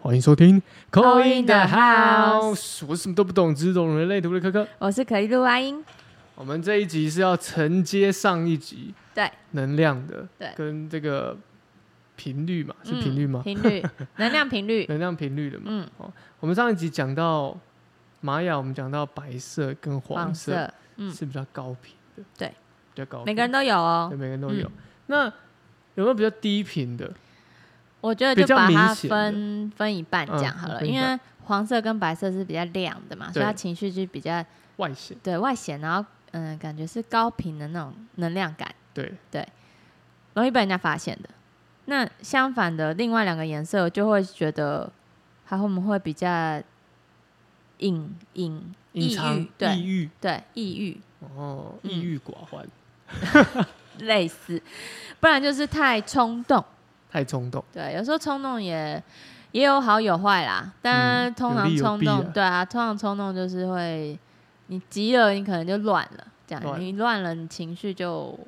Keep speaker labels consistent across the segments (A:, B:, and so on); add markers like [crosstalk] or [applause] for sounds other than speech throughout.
A: 欢迎收听《
B: Call in the House
A: 我什么都不懂，只懂人类图的科科。
B: 我是可丽露阿英，
A: 我们这一集是要承接上一集
B: 对
A: 能量的，
B: 对
A: 跟这个频率嘛，是
B: 嗯
A: 频率吗？[laughs]
B: 频率，能量频率，
A: 能量频率的嘛。哦
B: 嗯，
A: 我们上一集讲到玛雅，我们讲到白色跟 [laughs] 黄
B: 黄
A: 色
B: 色，嗯
A: 是比较高频的，
B: 对，
A: 比较高频，
B: 每个人都有哦
A: 对。每个人都有。
B: 嗯
A: 那有没有比较低频的？
B: 我觉得
A: 比
B: 就
A: 较
B: 把它
A: 明显的
B: 分分一半这样
A: 嗯
B: 好了，
A: 分一
B: 因
A: 半
B: 为黄色跟白色是比较亮的嘛，所以
A: 对
B: 它情绪就比较
A: 外显，
B: 对外显，然后嗯，感觉是高频的那种能量感，
A: 对，
B: 容易被人家发现的。那相反的，另外两个颜色就会觉得它会不会比较隐隐
A: 隐
B: 抑
A: 藏
B: 郁，对
A: 抑郁，
B: 对，抑郁，
A: 哦，
B: 嗯
A: 抑郁寡欢，
B: 类似，不然就是太冲动。
A: 太冲动，
B: 对，有时候冲动也也有好有坏啦，但通
A: 嗯
B: 常
A: 有利有
B: 冲
A: 弊
B: 动，
A: 啊
B: 对啊，通常冲动就是会，你急了，你可能就乱了，这样
A: 乱
B: 你乱了，你情绪就，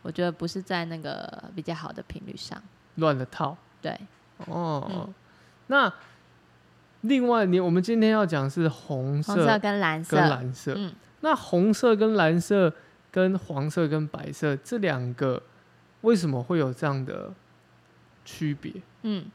B: 我觉得不是在那个比较好的频率上。
A: 乱了套。
B: 对，
A: 哦，
B: 嗯
A: 那另外你我们今天要讲是红
B: 红
A: 色
B: 色跟蓝色，
A: 跟蓝色，
B: 嗯，
A: 那红色跟蓝色跟黄色跟白色这两个为什么会有这样的区别？
B: 嗯，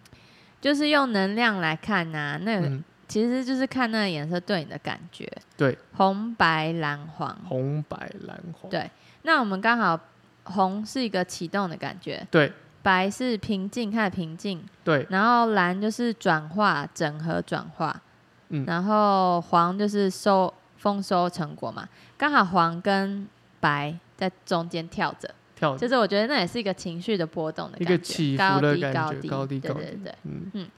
B: 就是用能量来看呐、那个、
A: 嗯，
B: 其实就是看那个颜色对你的感觉，
A: 对，
B: 红、白、蓝、黄，
A: 红白蓝黄，
B: 对那我们刚好红是一个启动的感觉，
A: 对
B: 白是平静，看平静，
A: 对
B: 然后蓝就是转化、整合、转化，
A: 嗯
B: 然后黄就是收丰收成果嘛，刚好黄跟白在中间跳着，
A: 跳
B: 就是我觉得那也是一个情绪的波动的
A: 哦一
B: 感
A: 个
B: 觉，
A: 起伏
B: 高
A: 的
B: 低
A: 感
B: 高
A: 觉
B: 低
A: 高低
B: 对
A: 高
B: 对
A: 低
B: 对。
A: 嗯，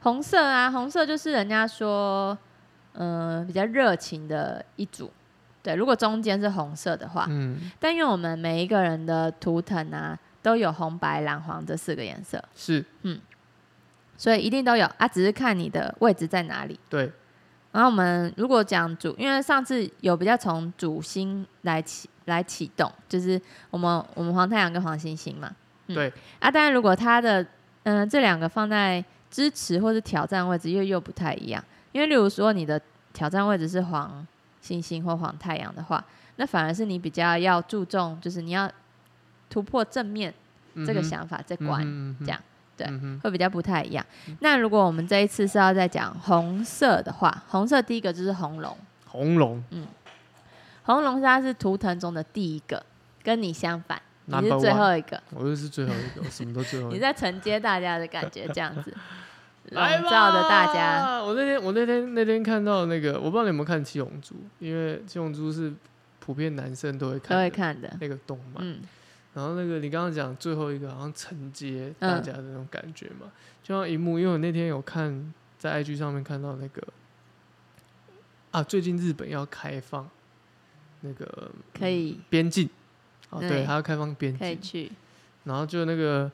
B: 红色啊，红色就是人家说，嗯、比较热情的一组。对，如果中间是红色的话，
A: 嗯，
B: 但因为我们每一个人的图腾啊，都有红、白、蓝、黄这四个颜色，
A: 是
B: 所以一定都有啊，只是看你的位置在哪里。
A: 对
B: 然后我们如果讲主，因为上次有比较从主星来启来启动，就是我们我们黄太阳跟黄星星嘛，嗯
A: 对
B: 啊，当然如果它的嗯、这两个放在支持或是挑战位置又又不太一样，因为例如说你的挑战位置是黄星星或黄太阳的话，那反而是你比较要注重，就是你要突破正面
A: 嗯
B: 这个想法这关。这样对会比较不太一样。那如果我们这一次是要再讲红色的话，红色第一个就是红龙，
A: 红龙
B: 红龙它是图腾中的第一个，跟你相反，你
A: Number
B: 是最后一个，
A: 我就是最后一个，我什么都最后一
B: 你
A: 个。
B: 在承接大家的感觉，这样
A: [laughs]
B: 子笼
A: 来吧
B: 罩着大家。！
A: 我那天我那天那天看到那个，我不知道你有没有看《七龙珠》，因为《七龙珠》是普遍男生都会看，
B: 都会看的，
A: 那个动漫。
B: 嗯，
A: 然后那个你刚刚讲最后一个好像承接大家的那种感觉嘛，
B: 嗯
A: 就像一幕，因为我那天有看在 IG 上面看到那个啊，最近日本要开放那个嗯
B: 可以
A: 边境，哦，对，
B: 对
A: 它要开放边
B: 可以
A: 境，
B: 去，
A: 然后就那个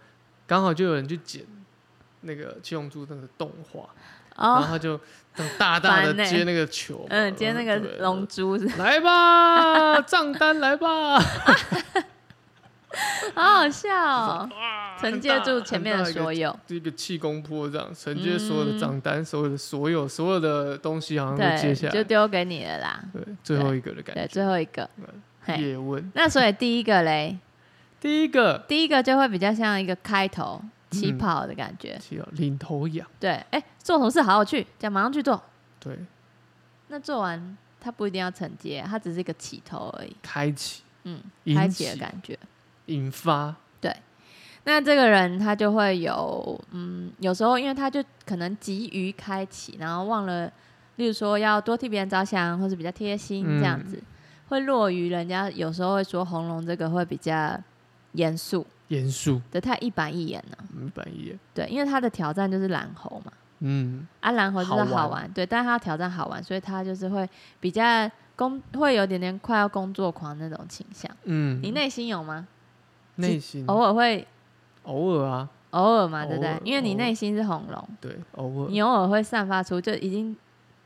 A: 刚好就有人去剪那个七龙珠那个动画，然后
B: 哦，
A: 他就这样大大的
B: 烦欸
A: 接那个球嘛，
B: 嗯，接那个
A: 对
B: 龙珠是，
A: 来
B: [laughs]
A: 吧，账单来吧，
B: 好好笑哦，
A: 哇
B: 承接住前面的所，有，
A: 这个气功波这样承接所有的账单，所有的所有所有的东西好像都接
B: 对，
A: 下
B: 就
A: 来，
B: 丢给你了啦，
A: 对，最后一个的
B: 对，
A: 感觉。
B: 最后一个，嘿，
A: 叶问
B: 那所以第一个嘞，
A: 第一个
B: 第一个就会比较像一个开头起跑的感觉。
A: 起了领头羊，
B: 对，哎、做什么事好好去，这样马上去做。
A: 对，
B: 那做完，它不一定要承接，它只是一个起头而已。
A: 开启
B: 嗯，
A: 引
B: 开启的
A: 起
B: 感觉。
A: 引发，
B: 那这个人他就会有，嗯，有时候因为他就可能急于开启，然后忘了，例如说要多替别人着想，或是比较贴心
A: 嗯
B: 这样子，会落于人家有时候会说红龙这个会比较严肃
A: 严肃，
B: 的太一板一眼了、
A: 嗯，半夜，
B: 对，因为他的挑战就是蓝猴嘛。
A: 嗯，
B: 啊，蓝猴就是
A: 好
B: 好
A: 玩
B: 玩，对，但是他挑战好玩，所以他就是会比较工，会有点点快要工作狂那种倾向。
A: 嗯，
B: 你内心有吗？
A: 内心
B: 偶尔会，
A: 偶尔啊，
B: 偶尔嘛，对不
A: 偶
B: 对
A: 尔？
B: 因为你内心是红龙，
A: 对，偶尔
B: 你偶尔会散发出，就已经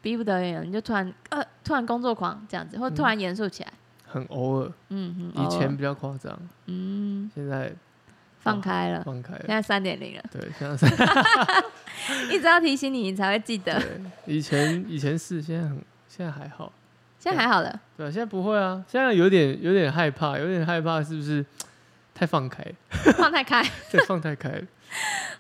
B: 逼不得已了，你就突然呃，突然工作狂这样子，或
A: 嗯
B: 突然严肃起来。
A: 很偶尔，
B: 嗯，嗯
A: 以
B: 偶
A: 前
B: 尔
A: 比较夸张，
B: 嗯
A: 现在
B: 放开了，
A: 放开
B: 现
A: 了，
B: 在三点零了，
A: 对，现在是
B: 一直要提醒你，你才会记得。
A: [laughs] 对，以前以前是，现在很现在还好，
B: 现在还
A: [laughs]
B: 好了，
A: 对吧、现在不会啊，现在有点有点害怕，有点害怕是不是太放开， [laughs]
B: 放太开，
A: 对，放太开了，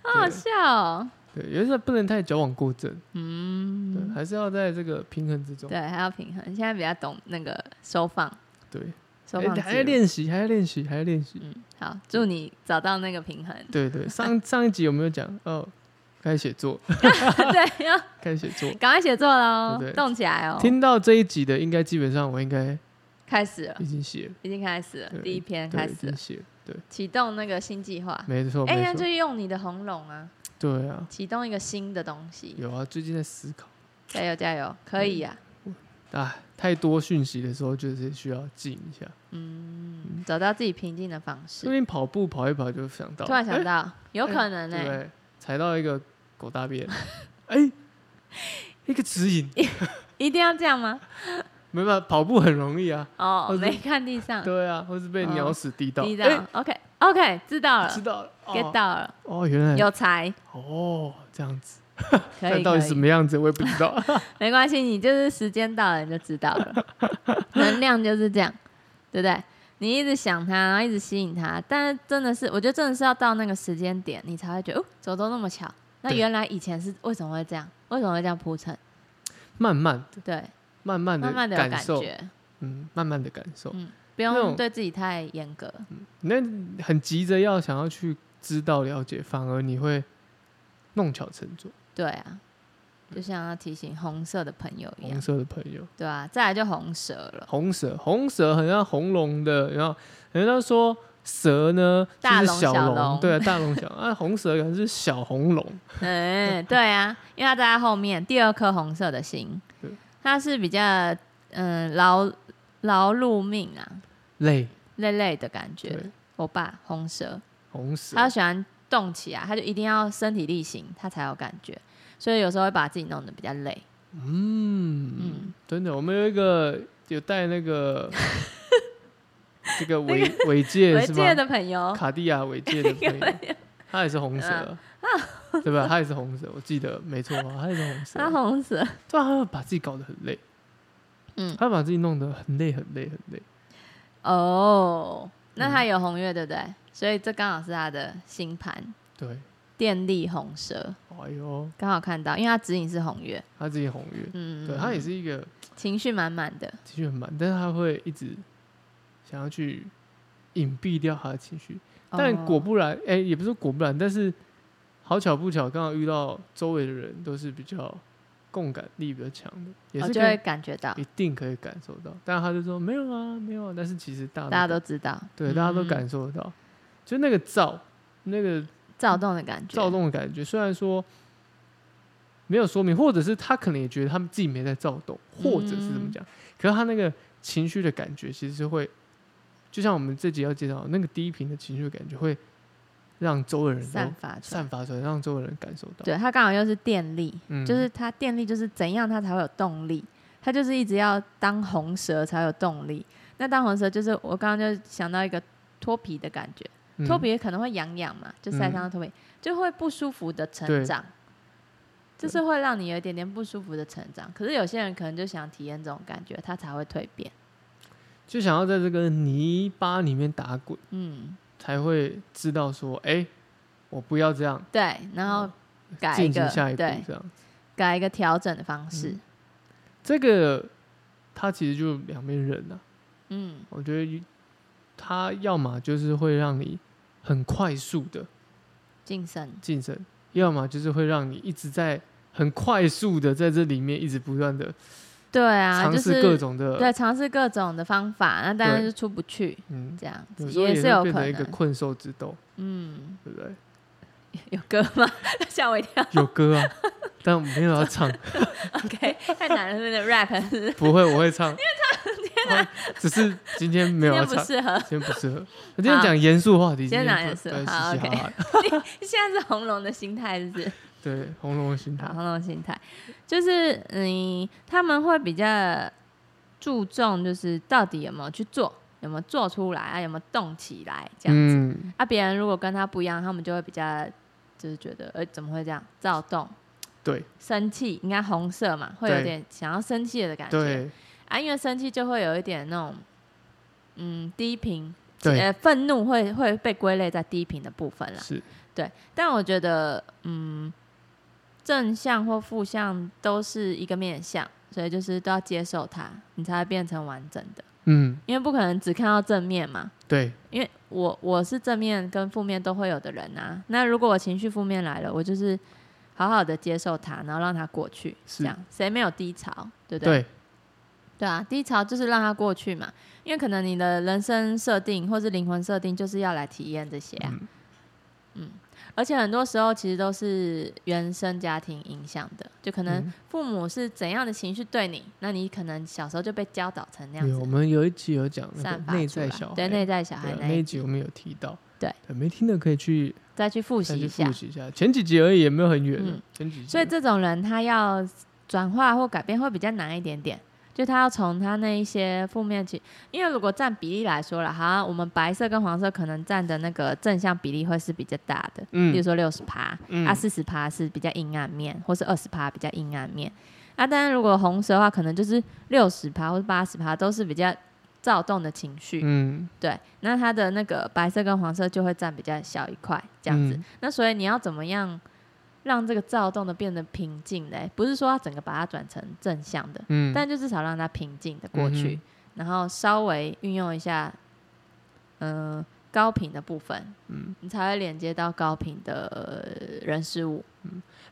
B: 好好笑哦、
A: 对，有的时候不能太矫枉过正，对，
B: 嗯，
A: 还是要在这个平衡之中，
B: 对，还要平衡。现在比较懂那个收放，
A: 对，
B: 啊收放
A: 哎
B: 自
A: 还要
B: 如。
A: 练习，还要练习，还要练习，
B: 嗯，好，祝你找到那个平衡。 [laughs]
A: 对对，上上一集有没有讲？哦，开始写作，
B: 对，要
A: 开始写
B: [laughs]
A: 作。
B: 赶快写作喽
A: 对，对
B: 动起来哦。
A: 听到这一集的，应该基本上我应该
B: 开始了，
A: 已经写了，
B: 已经开始了，
A: 对
B: 第一篇
A: 对，
B: 开
A: 已
B: 始
A: 经
B: 了，
A: 写了，对，
B: 启动那个新计划。
A: 没错，
B: 哎，
A: 没
B: 那就
A: 错，
B: 用你的红龙啊，
A: 对啊，
B: 启动一个新的东西。
A: 有啊，最近在思考，
B: 加油加油，可以啊呀、
A: 哎，太多讯息的时候，就是需要静一下，
B: 嗯，找到自己平静的方
A: 最
B: 式。
A: 近跑步跑一跑就想到，
B: 突然
A: 哎
B: 想到，有可能欸呢、
A: 对不对？踩到一个狗大
B: [laughs]
A: 便，哎，一个指引，
B: 一定要这样吗？
A: 没办法，跑步很容易啊，
B: 哦
A: 或，是
B: 没看地上，
A: 对啊，或是被
B: 嗯
A: 鸟屎滴到，
B: 地
A: 哎
B: 上，OK OK，知道了
A: 知道了
B: ，get
A: 哦
B: 到了，
A: 哦，原来
B: 有才，
A: 哦这样子，
B: 可
A: 但
B: 以
A: 到
B: 可
A: 底什
B: 以，
A: 么样子我也不知道，
B: [laughs] 没关系，你就是时间到了你就知道了，
A: [laughs]
B: 能量就是这样，对不对？你一直想它，然后一直吸引它，但是真的是，我觉得真的是要到那个时间点，你才会觉得哦，怎么都那么巧。那
A: 对
B: 原来以前是为什么会这样？为什么会这样铺陈？
A: [laughs] 慢慢的。
B: 对，
A: 慢慢的
B: 慢慢的
A: 嗯
B: 有
A: 感
B: 感
A: 受，
B: 觉，
A: 嗯，慢慢的感受。
B: 嗯，不
A: 那种
B: 用对自己太严格。
A: 那很急着要想要去知道了解，反而你会弄巧成拙。
B: 对啊，就像要提醒红色的朋友一
A: 红
B: 样，
A: 色的朋友，
B: 对啊，再来就红蛇了，
A: 红蛇，红蛇很像红龙的，然后人家说蛇呢就
B: 大
A: 是
B: 龙
A: 小
B: 小
A: 龙，
B: 龙
A: 对啊，大龙小啊，红蛇可能是小红龙，
B: 嗯，对啊，因为它在它后面第二颗红色的心
A: 对，
B: 它是比较嗯劳劳碌命啊，
A: 累，
B: 累累的感觉
A: 对。，
B: 我爸红蛇，
A: 红蛇，
B: 他喜欢动起啊来，他就一定要身体力行，他才有感觉，所以有时候会把自己弄得比较累。
A: 嗯，
B: 嗯，
A: 真的，我们有一个有带那
B: [laughs]
A: 个这个尾尾戒
B: 我
A: 是
B: 界
A: 吗？
B: 的朋友，
A: 卡地亚尾
B: [laughs]
A: 戒的朋友。他也是红蛇啊，对吧？他也是红蛇，我记得没错吧？他也是红蛇
B: 嗯他，红蛇，
A: 对啊，他会把自己搞得很累，
B: 嗯
A: 他会把自己弄得很累，很累，很累。
B: 哦，那他有红月对不对？所以这刚好是他的星盘
A: 对，
B: 电力红蛇，
A: 哎呦，
B: 刚好看到，因为他指引是红月，
A: 他自己红月，
B: 嗯，
A: 对他也是一个
B: 情绪满满的，
A: 情绪很满，但是他会一直想要去隐蔽掉他的情绪。但果
B: 哦
A: 不然，哎、也不是果不然，但是好巧不巧，刚好遇到周围的人都是比较共感力比较强的，也
B: 我
A: 是
B: 哦就
A: 可以
B: 会感觉到，
A: 一定可以感受到。但他就说没有啊，没有啊。但是其实大
B: 大家
A: 都
B: 都知道，
A: 对，大家都
B: 嗯
A: 感受得到，啊就那个躁，那个
B: 躁动的感觉，
A: 躁动的感觉。虽然说没有说明，或者是他可能也觉得他们自己没在躁动，或者是怎么
B: 嗯
A: 讲，可是他那个情绪的感觉，其实是会，就像我们这集要介绍的那个低频的情绪感觉，会让周围人都
B: 散发出来。
A: 散发出来，让周围人感受到。
B: 对，它刚好又是电力，
A: 嗯
B: 就是它电力就是怎样它才会有动力，它就是一直要当红蛇才有动力。那当红蛇就是我刚刚就想到一个脱皮的感觉，
A: 嗯
B: 脱皮可能会痒痒嘛，就晒伤的脱皮、就会不舒服的成长，
A: 对
B: 就是会让你有一点点不舒服的成长。可是有些人可能就想体验这种感觉，他才会蜕变。
A: 就想要在这个泥巴里面打滚，
B: 嗯，
A: 才会知道说，哎、我不要这样，
B: 对，然后改一
A: 嗯进行
B: 个
A: 下一步
B: 对
A: 这样。
B: 改一个调整的方式。
A: 这个他其实就两面人啊，
B: 嗯
A: 我觉得他要么就是会让你很快速的
B: 晋升，
A: 晋升，要么就是会让你一直在很快速的在这里面一直不断的
B: 对啊，
A: 尝
B: 就
A: 试
B: 是
A: 各种的，
B: 对尝试各种的方法，那当然
A: 对
B: 就出不去，
A: 嗯，
B: 这样子
A: 有时候也
B: 是
A: 会
B: 有
A: 变
B: 可
A: 成一个
B: 能。
A: 困兽之斗，
B: 嗯，
A: 对不对？
B: 有歌吗？ [laughs] 吓我一跳。
A: 有歌啊，但我没有要
B: [laughs]
A: 唱，
B: OK，太难了，那个 rap 是不是
A: 不会，我会唱。啊只是今天 [laughs] 没
B: 今
A: 有啊
B: 天
A: 要
B: 不
A: 唱，
B: 适合。
A: 今天不适
B: [laughs]
A: 合。我今天讲严肃话题，
B: 今天
A: 不
B: 讲严肃
A: 对，嘻
B: 好
A: 嘻哈
B: OK
A: 哈。
B: [laughs] 现在是红龙的心态，是不
A: [laughs]
B: 是？
A: 对，红龙的心
B: 好，
A: 态，
B: 红龙的心态就是嗯，他们会比较注重，就是到底有没有去做，有没有做出来啊，有没有动起来这样子。
A: 嗯，
B: 啊，别人如果跟他不一样，他们就会比较就是觉得，哎、怎么会这样？躁动、
A: 对
B: 生气，应该红色嘛，会有
A: 对
B: 点想要生气的感觉。
A: 对
B: 啊，因为生气就会有一点那种，嗯，低频，
A: 对，
B: 呃，愤怒会会被归类在低频的部分啦。
A: 是
B: 但我觉得，嗯，正向或负向都是一个面向，所以就是都要接受它，你才会变成完整的。
A: 嗯
B: 因为不可能只看到正面嘛，
A: 对
B: 因为我我是正面跟负面都会有的人啊。那如果我情绪负面来了，我就是好好的接受它，然后让它过去，
A: 是
B: 这样谁没有低潮，对不对？
A: 对
B: 对啊，低潮就是让它过去嘛，因为可能你的人生设定或是灵魂设定就是要来体验这些啊。嗯
A: 嗯
B: 而且很多时候其实都是原生家庭影响的，就可能
A: 嗯
B: 父母是怎样的情绪对你，那你可能小时候就被教导成那样
A: 有
B: 子
A: 我，们有一集有讲那
B: 散
A: 个
B: 发
A: 内
B: 出
A: 在
B: 来
A: 小孩，
B: 对内在小孩
A: 对啊
B: 那
A: 那
B: 一
A: 一
B: 集
A: 集我们有提到，
B: 对
A: 没听的可以去
B: 再去复习
A: 再去
B: 一下
A: 复。习一下，前几集而已，也没有很远
B: 嗯，
A: 前几集。
B: 所以这种人他要转化或改变会比较难一点点，就他要从他那一些负面情，因为如果占比例来说了，好像我们白色跟黄色可能占的那个正向比例会是比较大的，比如
A: 嗯
B: 说六十趴，
A: 嗯
B: 啊四十趴是比较阴暗面，或是二十趴比较阴暗面，啊，但是如果红色的话，可能就是六十趴或者八十趴都是比较躁动的情绪，
A: 嗯
B: 对，那它的那个白色跟黄色就会占比较小一块这样子。
A: 嗯
B: 那所以你要怎么样让这个躁动的变得平静嘞？不是说要整个把它转成正向的，
A: 嗯，
B: 但就至少让它平静的过去，
A: 嗯
B: 然后稍微运用一下，嗯、高频的部分，
A: 嗯，
B: 你才会连接到高频的呃人事物。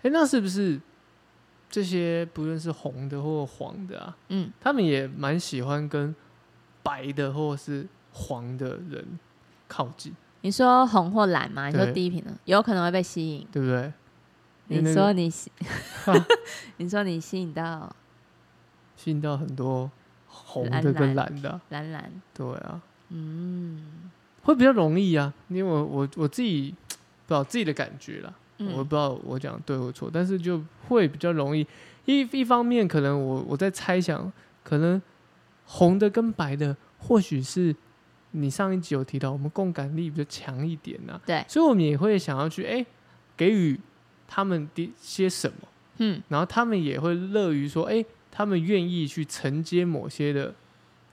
A: 哎，那是不是这些不论是红的或黄的啊，
B: 嗯，
A: 他们也蛮喜欢跟白的或是黄的人靠近，
B: 你说红或蓝吗？你说
A: 对
B: 低频的，有可能会被吸引。
A: 对不对？因为
B: 你
A: 那个
B: 说
A: [laughs]
B: 你吸， [laughs] 你说你吸引到
A: 吸引到很多红
B: 蓝
A: 的跟
B: 蓝
A: 蓝的啊，
B: 蓝蓝，
A: 对啊，
B: 嗯。
A: 会比较容易啊，因为我我我自己不知道自己的感觉啦，
B: 嗯
A: 我不知道我讲对或错，但是就会比较容易。一一方面，可能我我在猜想，可能红的跟白的，或许是你上一集有提到，我们共感力比较强一点呐、
B: 对
A: 所以我们也会想要去哎、给予他们的一些什么，
B: 嗯，
A: 然后他们也会乐于说，哎、他们愿意去承接某些的，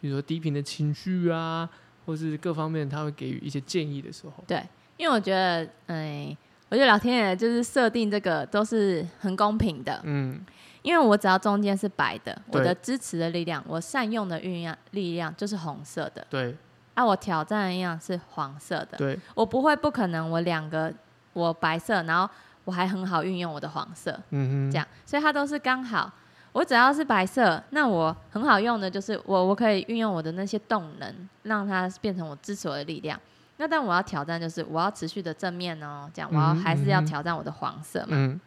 A: 比如说低频的情绪啊，或是各方面，他会给予一些建议的时候，
B: 对，因为我觉得，哎，我觉得老天爷就是设定这个都是很公平的，
A: 嗯，
B: 因为我只要中间是白的，我
A: 对
B: 的支持的力量，我善用的运量力量就是红色的，
A: 对
B: 啊，我挑战的力量是黄色的，
A: 对，
B: 我不会不可能，我两个我白色，然后我还很好运用我的黄色，
A: 嗯哼，
B: 这样，所以它都是刚好。我只要是白色，那我很好用的就是我我可以运用我的那些动能，让它变成我支持我的力量。那但我要挑战就是我要持续的正面哦，这样我要
A: 嗯哼
B: 还是要
A: 嗯哼
B: 挑战我的黄色嘛。
A: 嗯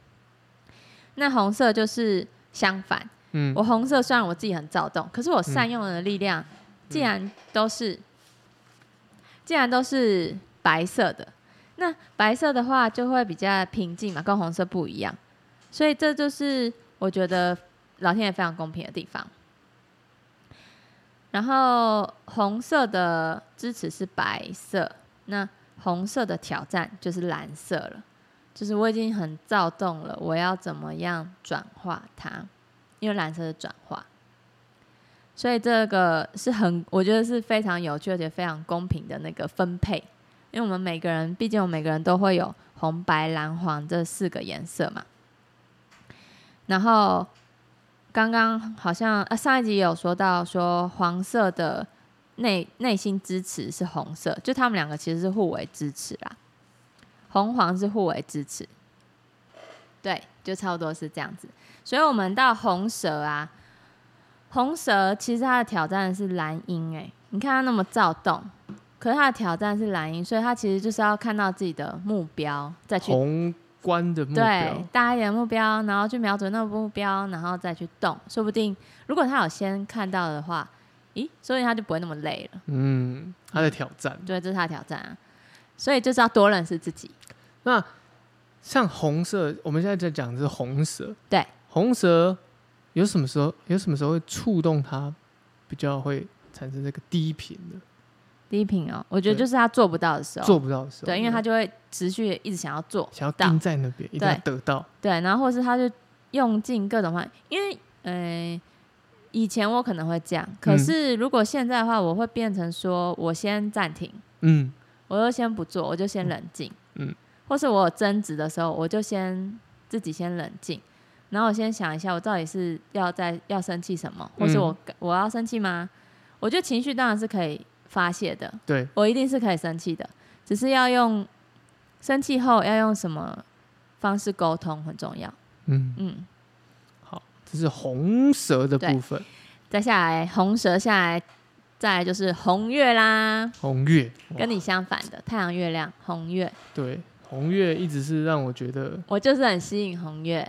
B: 那红色就是相反，
A: 嗯，
B: 我红色虽然我自己很躁动，可是我善用的力量，既然都是，既然都是白色的，那白色的话就会比较平静嘛，跟红色不一样，所以这就是我觉得老天爷非常公平的地方。然后红色的支持是白色，那红色的挑战就是蓝色了，就是我已经很躁动了，我要怎么样转化它？因为蓝色是转化，所以这个是很我觉得是非常有趣而且非常公平的那个分配，因为我们每个人，毕竟我们每个人都会有红、白、蓝、黄这四个颜色嘛。然后刚刚好像呃上一集也有说到说黄色的内内心支持是红色，就他们两个其实是互为支持啦，红黄是互为支持，对，就差不多是这样子。所以我们到红蛇啊，红蛇其实它的挑战是蓝鹰哎、你看它那么躁动，可是它的挑战是蓝鹰，所以它其实就是要看到自己的目标再去
A: 宏观的目
B: 对
A: 标，，
B: 大一点的目标，然后去瞄准那个目标，然后再去动，说不定如果他有先看到的话，咦，所以他就不会那么累了。
A: 嗯，他的挑战。
B: 对，这是他的挑战啊，所以就是要多认识自己。
A: 那像红色，我们现在在讲的是红蛇，
B: 对，
A: 红蛇有什么时候有什么时候会触动它，比较会产生这个低频的？
B: 低频哦，我觉得
A: 对
B: 就是他做不到的时候，
A: 做不到的时候，
B: 对，因为他就会持续一直想要做，
A: 想要
B: 到
A: 盯在那边，一定要得到，
B: 对，然后或是他就用尽各种方法，因为呃，以前我可能会这样，可
A: 嗯
B: 是如果现在的话，我会变成说我先暂停，
A: 嗯
B: 我就先不做，我就先冷静，
A: 嗯，
B: 或是我有争执的时候，我就先自己先冷静，然后我先想一下，我到底是要在要生气什
A: 嗯
B: 么，或是我、我要生气吗？我觉得情绪当然是可以发泄的，
A: 对，
B: 我一定是可以生气的，只是要用生气后要用什么方式沟通很重要。
A: 嗯，
B: 嗯，
A: 这是红蛇的部分，
B: 再下来红蛇下来，再来就是红月啦，
A: 红月，哇
B: 跟你相反的太阳、月亮、红月，
A: 对红月一直是让我觉得
B: 我就是很吸引红月。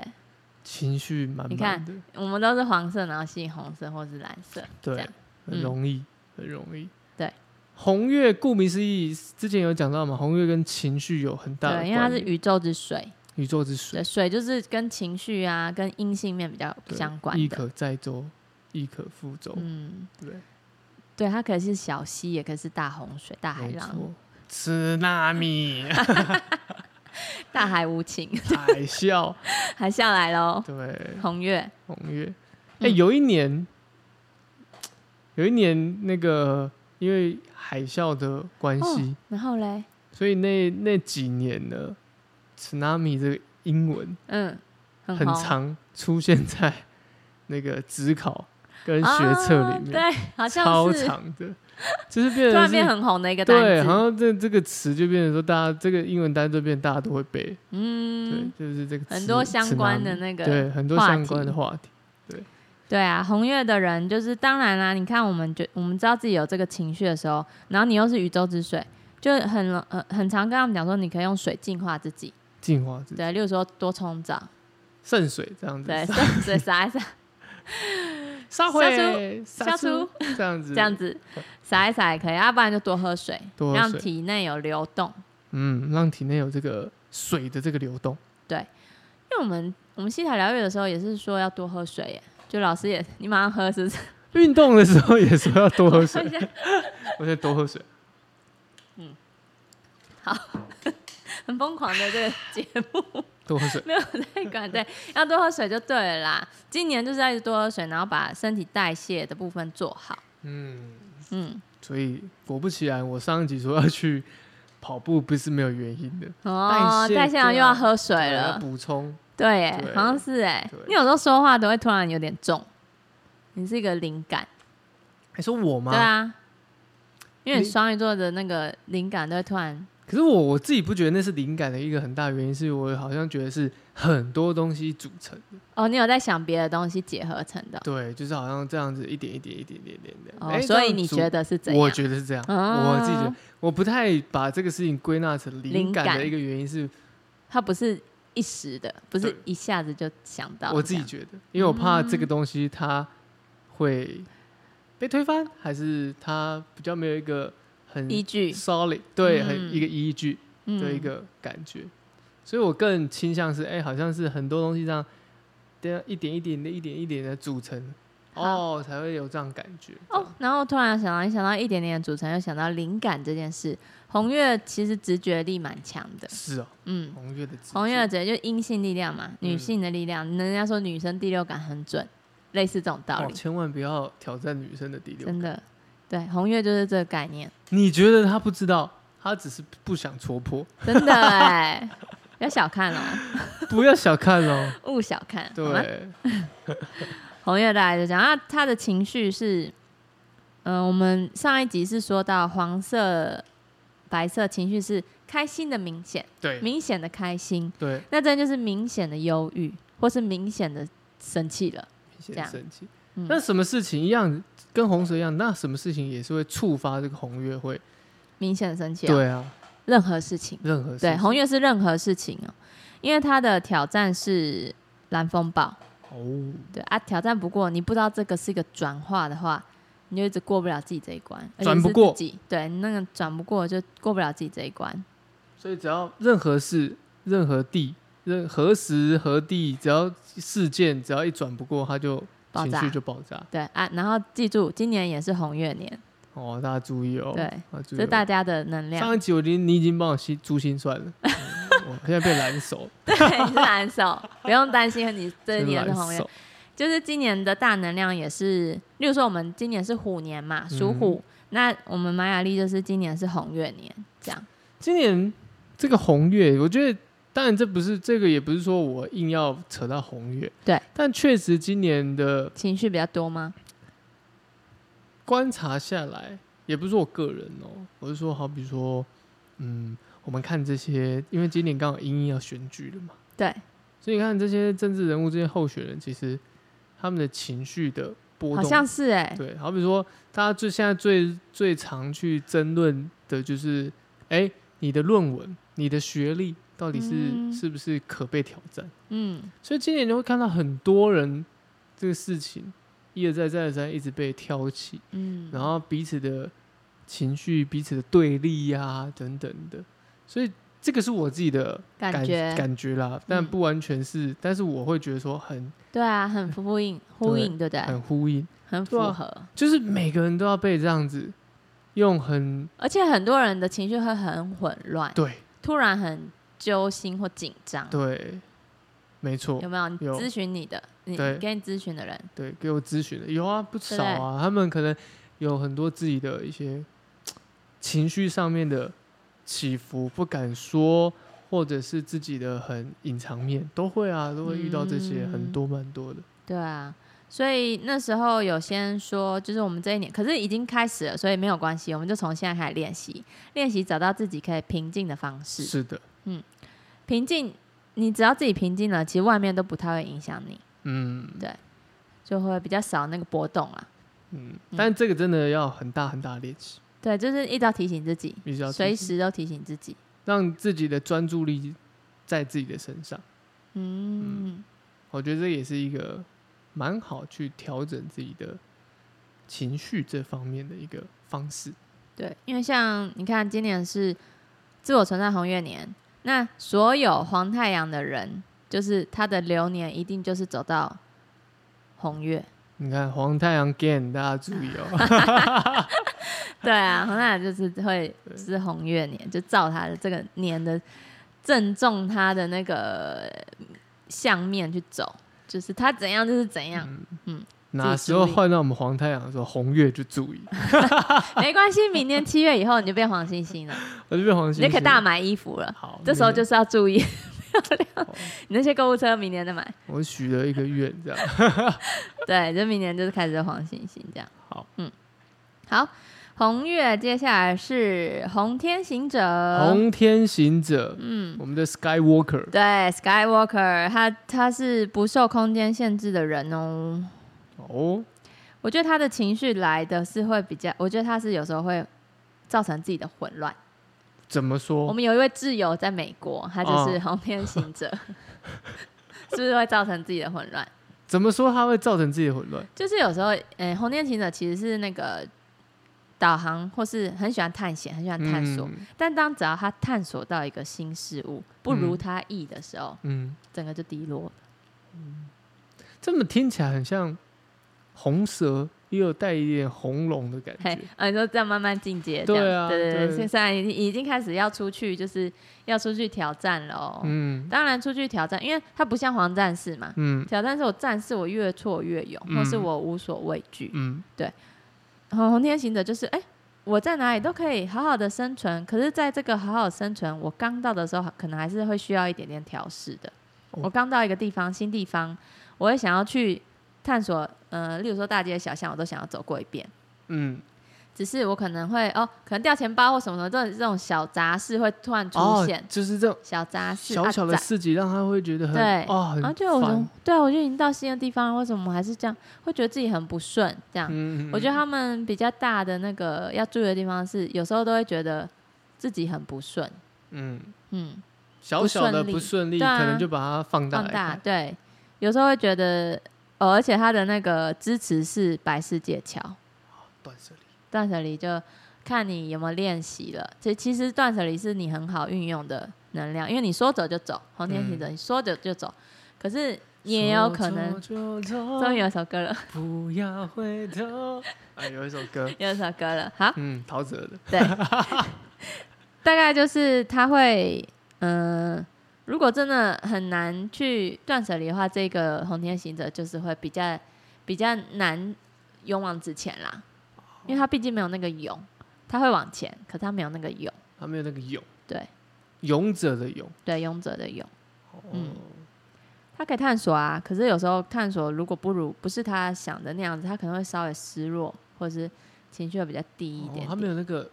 A: 情绪满
B: 你
A: 满
B: 看
A: 的，
B: 我们都是黄色，然后吸引红色或是蓝色。这
A: 对
B: 样，
A: 很
B: 嗯
A: 容易，很容易。
B: 对，
A: 红月顾名思义，之前有讲到嘛，红月跟情绪有很大的
B: 对，
A: 关
B: 因为它是
A: 联，
B: 宇宙之水，
A: 宇宙之水
B: 对，，水就是跟情绪啊、跟阴性面比较
A: 对
B: 相关
A: 亦
B: 的。
A: 可载舟，亦可覆舟，
B: 嗯，
A: 对，
B: 对，它可以是小溪，也可以是大洪水、大海
A: 没
B: 浪、
A: 错。吃纳米
B: 大海无情， [laughs]
A: 海啸，
B: 还下来喽。
A: 对，
B: 红月，
A: 红月。哎、
B: 嗯
A: 有一年，有一年那个因为海啸的关系，
B: 哦然后嘞，
A: 所以那那几年呢，tsunami 这个英文
B: 嗯，很
A: 很
B: 红
A: 常出现在那个职考跟学测里面，
B: 啊对，好像
A: 超
B: 是
A: 长的，
B: [laughs]
A: 就是变成
B: 突然
A: 是
B: 变很红的一个单
A: 对，
B: 字，
A: 好像这这个词就变成说，大家这个英文单这边大家都会背，
B: 嗯，
A: 对，就是这个
B: 很
A: 词
B: 多相关的
A: tsunami
B: 那个，
A: 对，很多
B: 话
A: 相关
B: 题
A: 的话题，
B: 对啊，红月的人就是当然啦、你看我们觉我们知道自己有这个情绪的时候，然后你又是宇宙之水，就很容呃很常跟他们讲说，你可以用水净化自己，
A: 进化之
B: 对，例如说多冲澡，
A: 圣水这样子， [laughs]
B: 对，水水洒一洒，
A: 杀回
B: 杀出
A: 这样子，
B: 这样，子洒一洒也可以，要、不然就多喝水，
A: 多喝
B: 让
A: 水
B: 体内有流动。
A: 嗯，让体内有这个水的这个流动，
B: 因为我们我们西塔疗愈的时候也是说要多喝水耶，就老师也你马上喝是不 [laughs] 是？
A: [laughs] 运动的时候也说要多
B: [laughs]
A: 喝
B: 我
A: 水，
B: 现在
A: 我在多喝水，
B: 很疯狂的这个节目，
A: 多喝水，
B: [laughs] 没有在管对，要多喝水就对了啦。今年就是要一直多喝水，然后把身体代谢的部分做好。
A: 嗯，
B: 嗯，
A: 所以果不其然，我上一集说要去跑步，不是没有原因的，
B: 哦
A: 代，谢
B: 代谢上又
A: 掉
B: 要喝水
A: 要
B: 了，
A: 补充，
B: 对耶，
A: 对
B: 好像是哎
A: 对，
B: 你有时候说话都会突然有点重，你是一个灵感，
A: 还说我吗？
B: 对啊，因为你
A: 你
B: 双鱼座的那个灵感都会突然，
A: 可是我我自己不觉得那是灵感的一个很大原因，是我好像觉得是很多东西组成的，
B: 哦，你有在想别的东西结合成的，
A: 对，就是好像这样子一点一点一点一点一点一点，
B: 哦，
A: 哎
B: 所
A: 这
B: 以
A: 样
B: 你
A: 组
B: 觉得是怎样？
A: 我觉得是这样，
B: 哦
A: 我自己觉得，我不太把这个事情归纳成灵
B: 灵
A: 感
B: 感
A: 的一个原因是，
B: 它不是一时的，不是
A: 对
B: 一下子就想到。
A: 我自己觉得，因为我怕这
B: 嗯
A: 个东西它会被推翻，还是它比较没有一个很
B: 这样依据
A: solid 对，
B: 嗯
A: 很一个依据的一、个感觉，所以我更倾向是，哎、好像是很多东西这样，这样一点一点的、一点一点的组成，哦，才会有这样感觉。
B: 嗯、哦。然后突然想到，一想到一点点的组成，又想到灵感这件事。红月其实直觉力蛮强
A: 这
B: 的
A: 样，是哦，
B: 嗯，
A: 红月的直
B: 红月
A: 觉
B: 的直觉就阴性力量嘛，
A: 嗯
B: 女性的力量，人家说女生第六感很准，类似这种道
A: 哦，
B: 理，
A: 千万不要挑战女生的第六感
B: 真的。对，红月就是这个概念，
A: 你觉得他不知道，他只是不想戳
B: [laughs]
A: 破，
B: 真的哎、 [laughs] 不要小看哦，
A: 不要小看哦。
B: 勿小看。好吗
A: 对，
B: 红月大概就这样。那他的情绪是，嗯、我们上一集是说到黄色、白色情绪是开心的明显，
A: 对，
B: 明显的开心。
A: 对，
B: 那这就是明显的忧郁，或是明显的生气了。这
A: 先
B: 样
A: 生气。
B: 嗯
A: 那什么事情一样，跟红蛇一样，那什么事情也是会触发这个红月会？
B: 明显的生气、啊，
A: 对啊，
B: 任何事情。
A: 任何事
B: 对，
A: 情
B: 红月是任何事情哦、因为他的挑战是蓝风暴。
A: 哦，
B: 对啊，挑战不过，你不知道这个是一个转化的话，你就一直过不了自己这一关，而且
A: 转不
B: 是
A: 过
B: 自己，对，你那个转不过就过不了自己这一关。
A: 所以只要任何事、任何地、任何时何地，只要事件只要一转不过，他就
B: 爆
A: 情
B: 炸
A: 绪就爆炸。
B: 对啊，然后记住，今年也是红月年，
A: 哦，大家注意哦，
B: 对，
A: 啊，注
B: 这
A: 意
B: 是
A: 哦、
B: 大家的能量。
A: 上一集我已经你已经帮我心诛心算了，嗯我现在被蓝
B: [laughs]
A: 手，
B: 对，你是蓝手，不用担心你这一
A: 真
B: 年是
A: 蓝
B: 红月。
A: 手，
B: 就是今年的大能量也是，例如说我们今年是虎年嘛，
A: 嗯
B: 属虎，那我们玛雅历就是今年是红月年，这样。
A: 今年这个红月，我觉得当然这不是这个也不是说我硬要扯到红月，
B: 对，
A: 但确实今年的
B: 情绪比较多吗？
A: 观察下来，也不是说我个人哦、我是说好比说，嗯，我们看这些，因为今年刚好英英要选举了嘛，
B: 对，
A: 所以你看这些政治人物、这些候选人，其实他们的情绪的波
B: 好
A: 动，
B: 像是哎、
A: 对，好比说大家最现在最最常去争论的就是，哎、你的论文、你的学历到底是、
B: 嗯
A: 是不是可被挑战？
B: 嗯，
A: 所以今年你会看到很多人这个事情一而再、再而三一直被挑起，
B: 嗯，
A: 然后彼此的情绪、彼此的对立呀、等等的，所以这个是我自己的
B: 感觉嗯
A: 感觉啦，但不完全是，但是我会觉得说很
B: 对啊，很呼应呼应，对不对？
A: 很呼应，
B: 很符
A: 对啊
B: 合，
A: 就是每个人都要被这样子用很
B: 而且很多人的情绪会很混乱，
A: 对
B: 突然很揪心或紧张，
A: 对，没错
B: 有，没有？你
A: 有
B: 咨询你的，你
A: 对
B: 你给你咨询的人，
A: 对，给我咨询的有啊，不少
B: 对
A: 啊，他们可能有很多自己的一些情绪上面的起伏，不敢说，或者是自己的很隐藏面，都会啊，都会遇到这些、
B: 嗯
A: 很多蛮多的。
B: 对啊，所以那时候有些人说，就是我们这一年，可是已经开始了，所以没有关系，我们就从现在开始练习，练习找到自己可以平静的方式。
A: 是的，
B: 平静，你只要自己平静了，其实外面都不太会影响你，
A: 嗯
B: 就会比较少那个波动啊。
A: 嗯，但这个真的要很大很大的练习，
B: 对，就是一直要提醒自己，
A: 必须要
B: 随
A: 提醒
B: 时都提醒自己。
A: 让自己的专注力在自己的身上。
B: 嗯，
A: 我觉得这也是一个蛮好去调整自己的情绪这方面的一个方式。
B: 对，因为像你看，今年是自我存在红月年，那所有黄太阳的人，就是他的流年一定就是走到红月。
A: 你看黄太阳 gain，大家注意
B: 啊
A: 哦。
B: 对啊，红太阳就是会是红月年，就照他的这个年的正中他的那个相面去走，就是他怎样就是
A: [laughs]
B: 怎样，
A: 嗯
B: 嗯
A: 哪时候换到我们黄太阳的时候，红月就注意，
B: 没关系，明年七月以后你就变黄星星了，
A: 我就变黄星星。
B: 你就可以大买衣服了。
A: 好，
B: 这时候
A: 那
B: 就是要注意， [laughs]
A: 好
B: 你那些购物车明年再买。
A: 我许了一个愿，这样
B: 对，就明年就是开始黄星星这样。
A: 好，
B: 嗯，好，红月接下来是红天行者，
A: 红天行者，
B: 呃嗯，
A: 我们的 Skywalker，
B: 对，Skywalker，他他是不受空间限制的人哦。
A: 哦，
B: 我觉得他的情绪来的是会比较，我觉得他是有时候会造成自己的混乱。
A: 怎么
B: 我
A: 说？
B: 们有一位挚友在美国，他
A: 哦
B: 就是红天行者， [laughs] 是不是会造成自己的混乱？
A: 怎么说它会造成自己的混乱？
B: 就是有时候，嗯、红天行者其实是那个导航，或是很喜欢探险，很喜欢探索。
A: 嗯
B: 但当只要他探索到一个新事物不如
A: 嗯
B: 他意的时候，
A: 嗯，
B: 整个就低落了。
A: 这么听起来很像红蛇，也有带一点红龙的感
B: 嘿
A: 觉。，
B: 啊，你说这样慢慢进阶，
A: 对
B: 这
A: 啊
B: 样对对
A: 对
B: 对，现在已经已经开始要出去，就是要出去挑战了哦。
A: 嗯
B: 当然出去挑战，因为它不像黄战士嘛，
A: 嗯
B: 挑战是我战士，我越挫越勇，
A: 嗯
B: 或是我无所畏惧。
A: 嗯，
B: 红红天行者就是，哎、我在哪里都可以好好的生存，可是在这个好好生存，我刚到的时候，可能还是会需要一点点调试的。
A: 哦
B: 我刚到一个地方，新地方，我也想要去探索，呃，例如说大街小巷，我都想要走过一遍。
A: 嗯，
B: 只是我可能会哦，可能掉钱包或什么什么这种这种小杂事会突然出现，
A: 哦、就是这种
B: 小杂事
A: 小小的
B: 啊
A: 事情，让他会觉得很
B: 对
A: 哦，很
B: 然后就我
A: 烦
B: 说，对啊，我就已经到新的地方了，为什么我还是这样？会觉得自己很不顺，这样。
A: 嗯
B: 我觉得他们比较大的那个要注意的地方是，有时候都会觉得自己很不顺，
A: 嗯，
B: 嗯，
A: 小小的不
B: 不
A: 顺利，
B: 对啊
A: 可能就把它放大
B: 放
A: 来
B: 大
A: 看。
B: 对，有时候会觉得，哦，而且他的那个支持是白世界桥，
A: 断舍离，
B: 断舍离就看你有没有练习了。其其实断舍离是你嗯很好运用的能量，因为你说走就走，红天行者你说走就走。可是你也有可能。
A: 手肘就
B: [laughs] 终于
A: 痛
B: 有首歌了，
A: 不要回头。啊，有一首歌，
B: 有首歌了。好，
A: 嗯，陶喆的，
B: 对，大概就是他会，嗯、如果真的很难去断舍离的话，这个红天行者就是会比较比较难勇往直前啦，因为他毕竟没有那个勇，他会往前，可他没有那个勇，
A: 他没有那个勇，
B: 对，
A: 勇者的勇。
B: 对，勇者的勇，
A: 哦
B: 嗯他可以探索啊，可是有时候探索如果不如不是他想的那样子，他可能会稍微失落，或是情绪会比较低一点
A: 哦他
B: 点
A: 没有那个，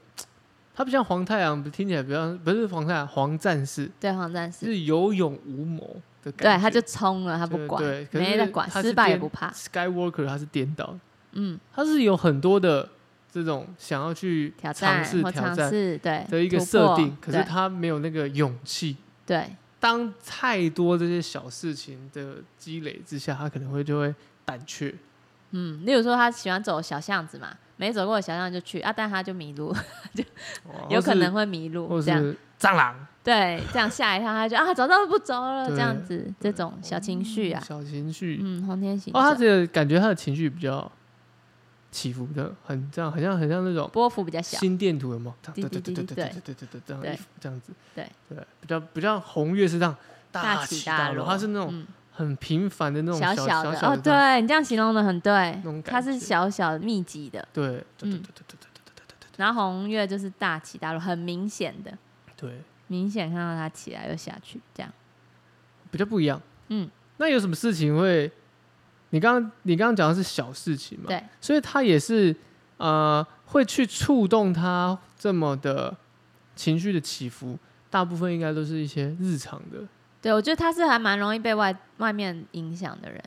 A: 他不像黄太阳，听起来比较不是黄太阳，黄战士
B: 对，黄战士，
A: 是有勇无谋的感觉。
B: 对，他就冲了，他不管，
A: 对，可
B: 没
A: 是
B: 人管，
A: 他
B: 失
A: 是
B: 败也
A: 颠
B: 不怕。
A: Skywalker 他是颠倒的，
B: 啊嗯，
A: 他是有很多的这种想要去
B: 挑
A: 尝
B: 战
A: 试
B: 或
A: 挑
B: 尝
A: 战
B: 试，对
A: 的一个
B: 突
A: 设
B: 破
A: 定，可是
B: 对
A: 他没有那个勇气。
B: 对
A: 当太多这些小事情的积累之下，他可能会就会胆怯。
B: 嗯，例如说他喜欢走小巷子嘛，没走过的小巷就去啊，但他就迷路，
A: 哦
B: 有可能
A: 或
B: 会迷路
A: 是
B: 这样，
A: 或是蟑螂
B: 对，这样吓一跳他就啊，早知道不走了
A: 对
B: 这样子，这种小情绪啊，
A: 小情绪。
B: 嗯，红天行
A: 哦，他
B: 者
A: 这个感觉他的情绪比较起伏的，很这样，很像很像那种
B: 波幅比较小，
A: 心电图有没有？
B: 滴
A: 对
B: 滴
A: 对
B: 滴
A: 对
B: 滴
A: 对
B: 滴
A: 对对对对对，这样
B: 对
A: 一幅这样子，
B: 对
A: 对，比较比较红月是这样
B: 大
A: 起
B: 大
A: 落，它是那种
B: 嗯
A: 很平凡的那种
B: 小
A: 小
B: 的
A: 小
B: 哦，
A: 的这样
B: 对你这样形容的很对
A: 那种，感
B: 它
A: 觉
B: 是小小密集的，
A: 对对对对对
B: 嗯
A: 对对对对
B: 然后红月就是大起大落，很明显的，
A: 对对，
B: 明显看到它起来又下去这样，
A: 比较不一样。
B: 嗯，
A: 那有什么事情会？你刚刚你刚刚讲的是小事情嘛？
B: 对，
A: 所以他也是呃会去触动他这么的情绪的起伏，大部分应该都是一些日常的
B: 对，我觉得他是还蛮容易被外外面影响的人。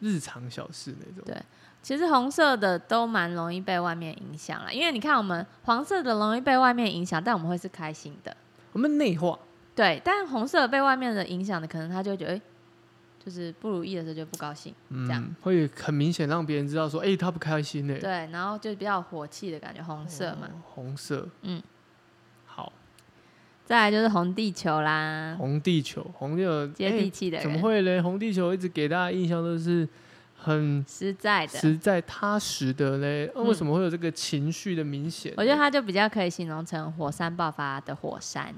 A: 日常小事那种。
B: 对其实红色的都蛮容易被外面影响啦，因为你看我们黄色的容易被外面影响，但我们会是开心的，
A: 我们内化，
B: 对。但红色被外面的影响的，可能他就会觉得，哎、就是不如意的时候就不高兴，这样
A: 嗯，会很明显让别人知道说，哎、他不开心呢、欸。
B: 对，然后就比较有火气的感觉，红色嘛。
A: 哦红色，
B: 嗯，
A: 好，
B: 再来就是红地球啦，
A: 红地球，红地球，
B: 接
A: 哎
B: 地气的
A: 怎么
B: 人，
A: 会嘞？红地球一直给大家印象都是很
B: 实在的，
A: 实在踏实的嘞，那、
B: 嗯
A: 为什么会有这个情绪的明显呢？
B: 我觉得它就比较可以形容成火山爆发的火山，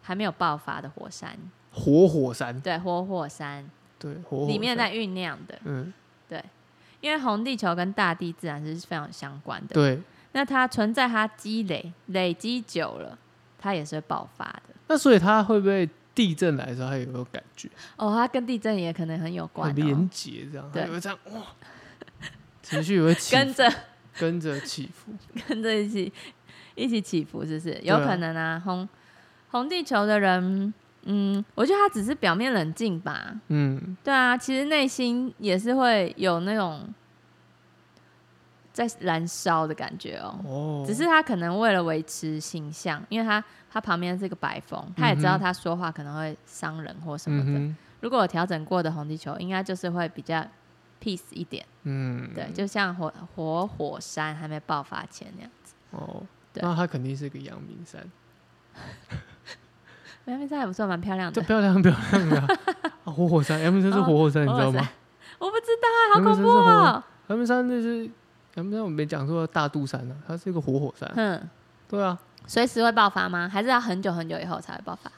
B: 还没有爆发的火山，
A: 活火山，
B: 对，活火山
A: 对，活火山
B: 里面在酝酿的。
A: 嗯，
B: 因为红地球跟大地自然是非常相关的。
A: 对。
B: 那它存在，它积累累积久了，它也是会爆发的。
A: 那所以它会不会地震来的时候，它有没有感觉？
B: 哦，它跟地震也可能很有关、
A: 很
B: 哦
A: 连，结这样，它
B: 对
A: 有没有这样哇？情绪也会起
B: 跟着
A: 跟着起伏，
B: 跟着一起一起起伏，是不是？有
A: 对啊
B: 可能啊。红红地球的人，嗯，我觉得他只是表面冷静吧。 [laughs]
A: 嗯，
B: 对啊，其实内心也是会有那种在燃烧的感觉哦。
A: 哦，
B: 只是他可能为了维持形象，因为他他旁边是个白风，他也知道
A: 嗯哼
B: 他说话可能会伤人或什么
A: 嗯
B: 的。
A: 哼，
B: 如果有调整过的红地球，应该就是会比较 peace 一点，
A: 嗯，
B: 对，就像火火火山还没爆发前那样。
A: 哦，
B: 对
A: 那它肯定是个阳明山，
B: 阳明山还不错，蛮漂亮
A: 这
B: 的。
A: 漂亮漂亮
B: [laughs]
A: 的啊啊，活火山，阳明山是
B: 哦
A: 活火山，你
B: 活
A: 知
B: 火
A: 道吗
B: 山？ [laughs] 我不知道啊，好
A: 阳明
B: 恐
A: 山
B: 怖
A: 是活
B: 哦。
A: 阳明山就是阳明山，我没讲错，大肚山啊，它是一个活火山，
B: 哼，
A: 对啊，
B: 随时会爆发吗？还是要很久很久以后才会爆发？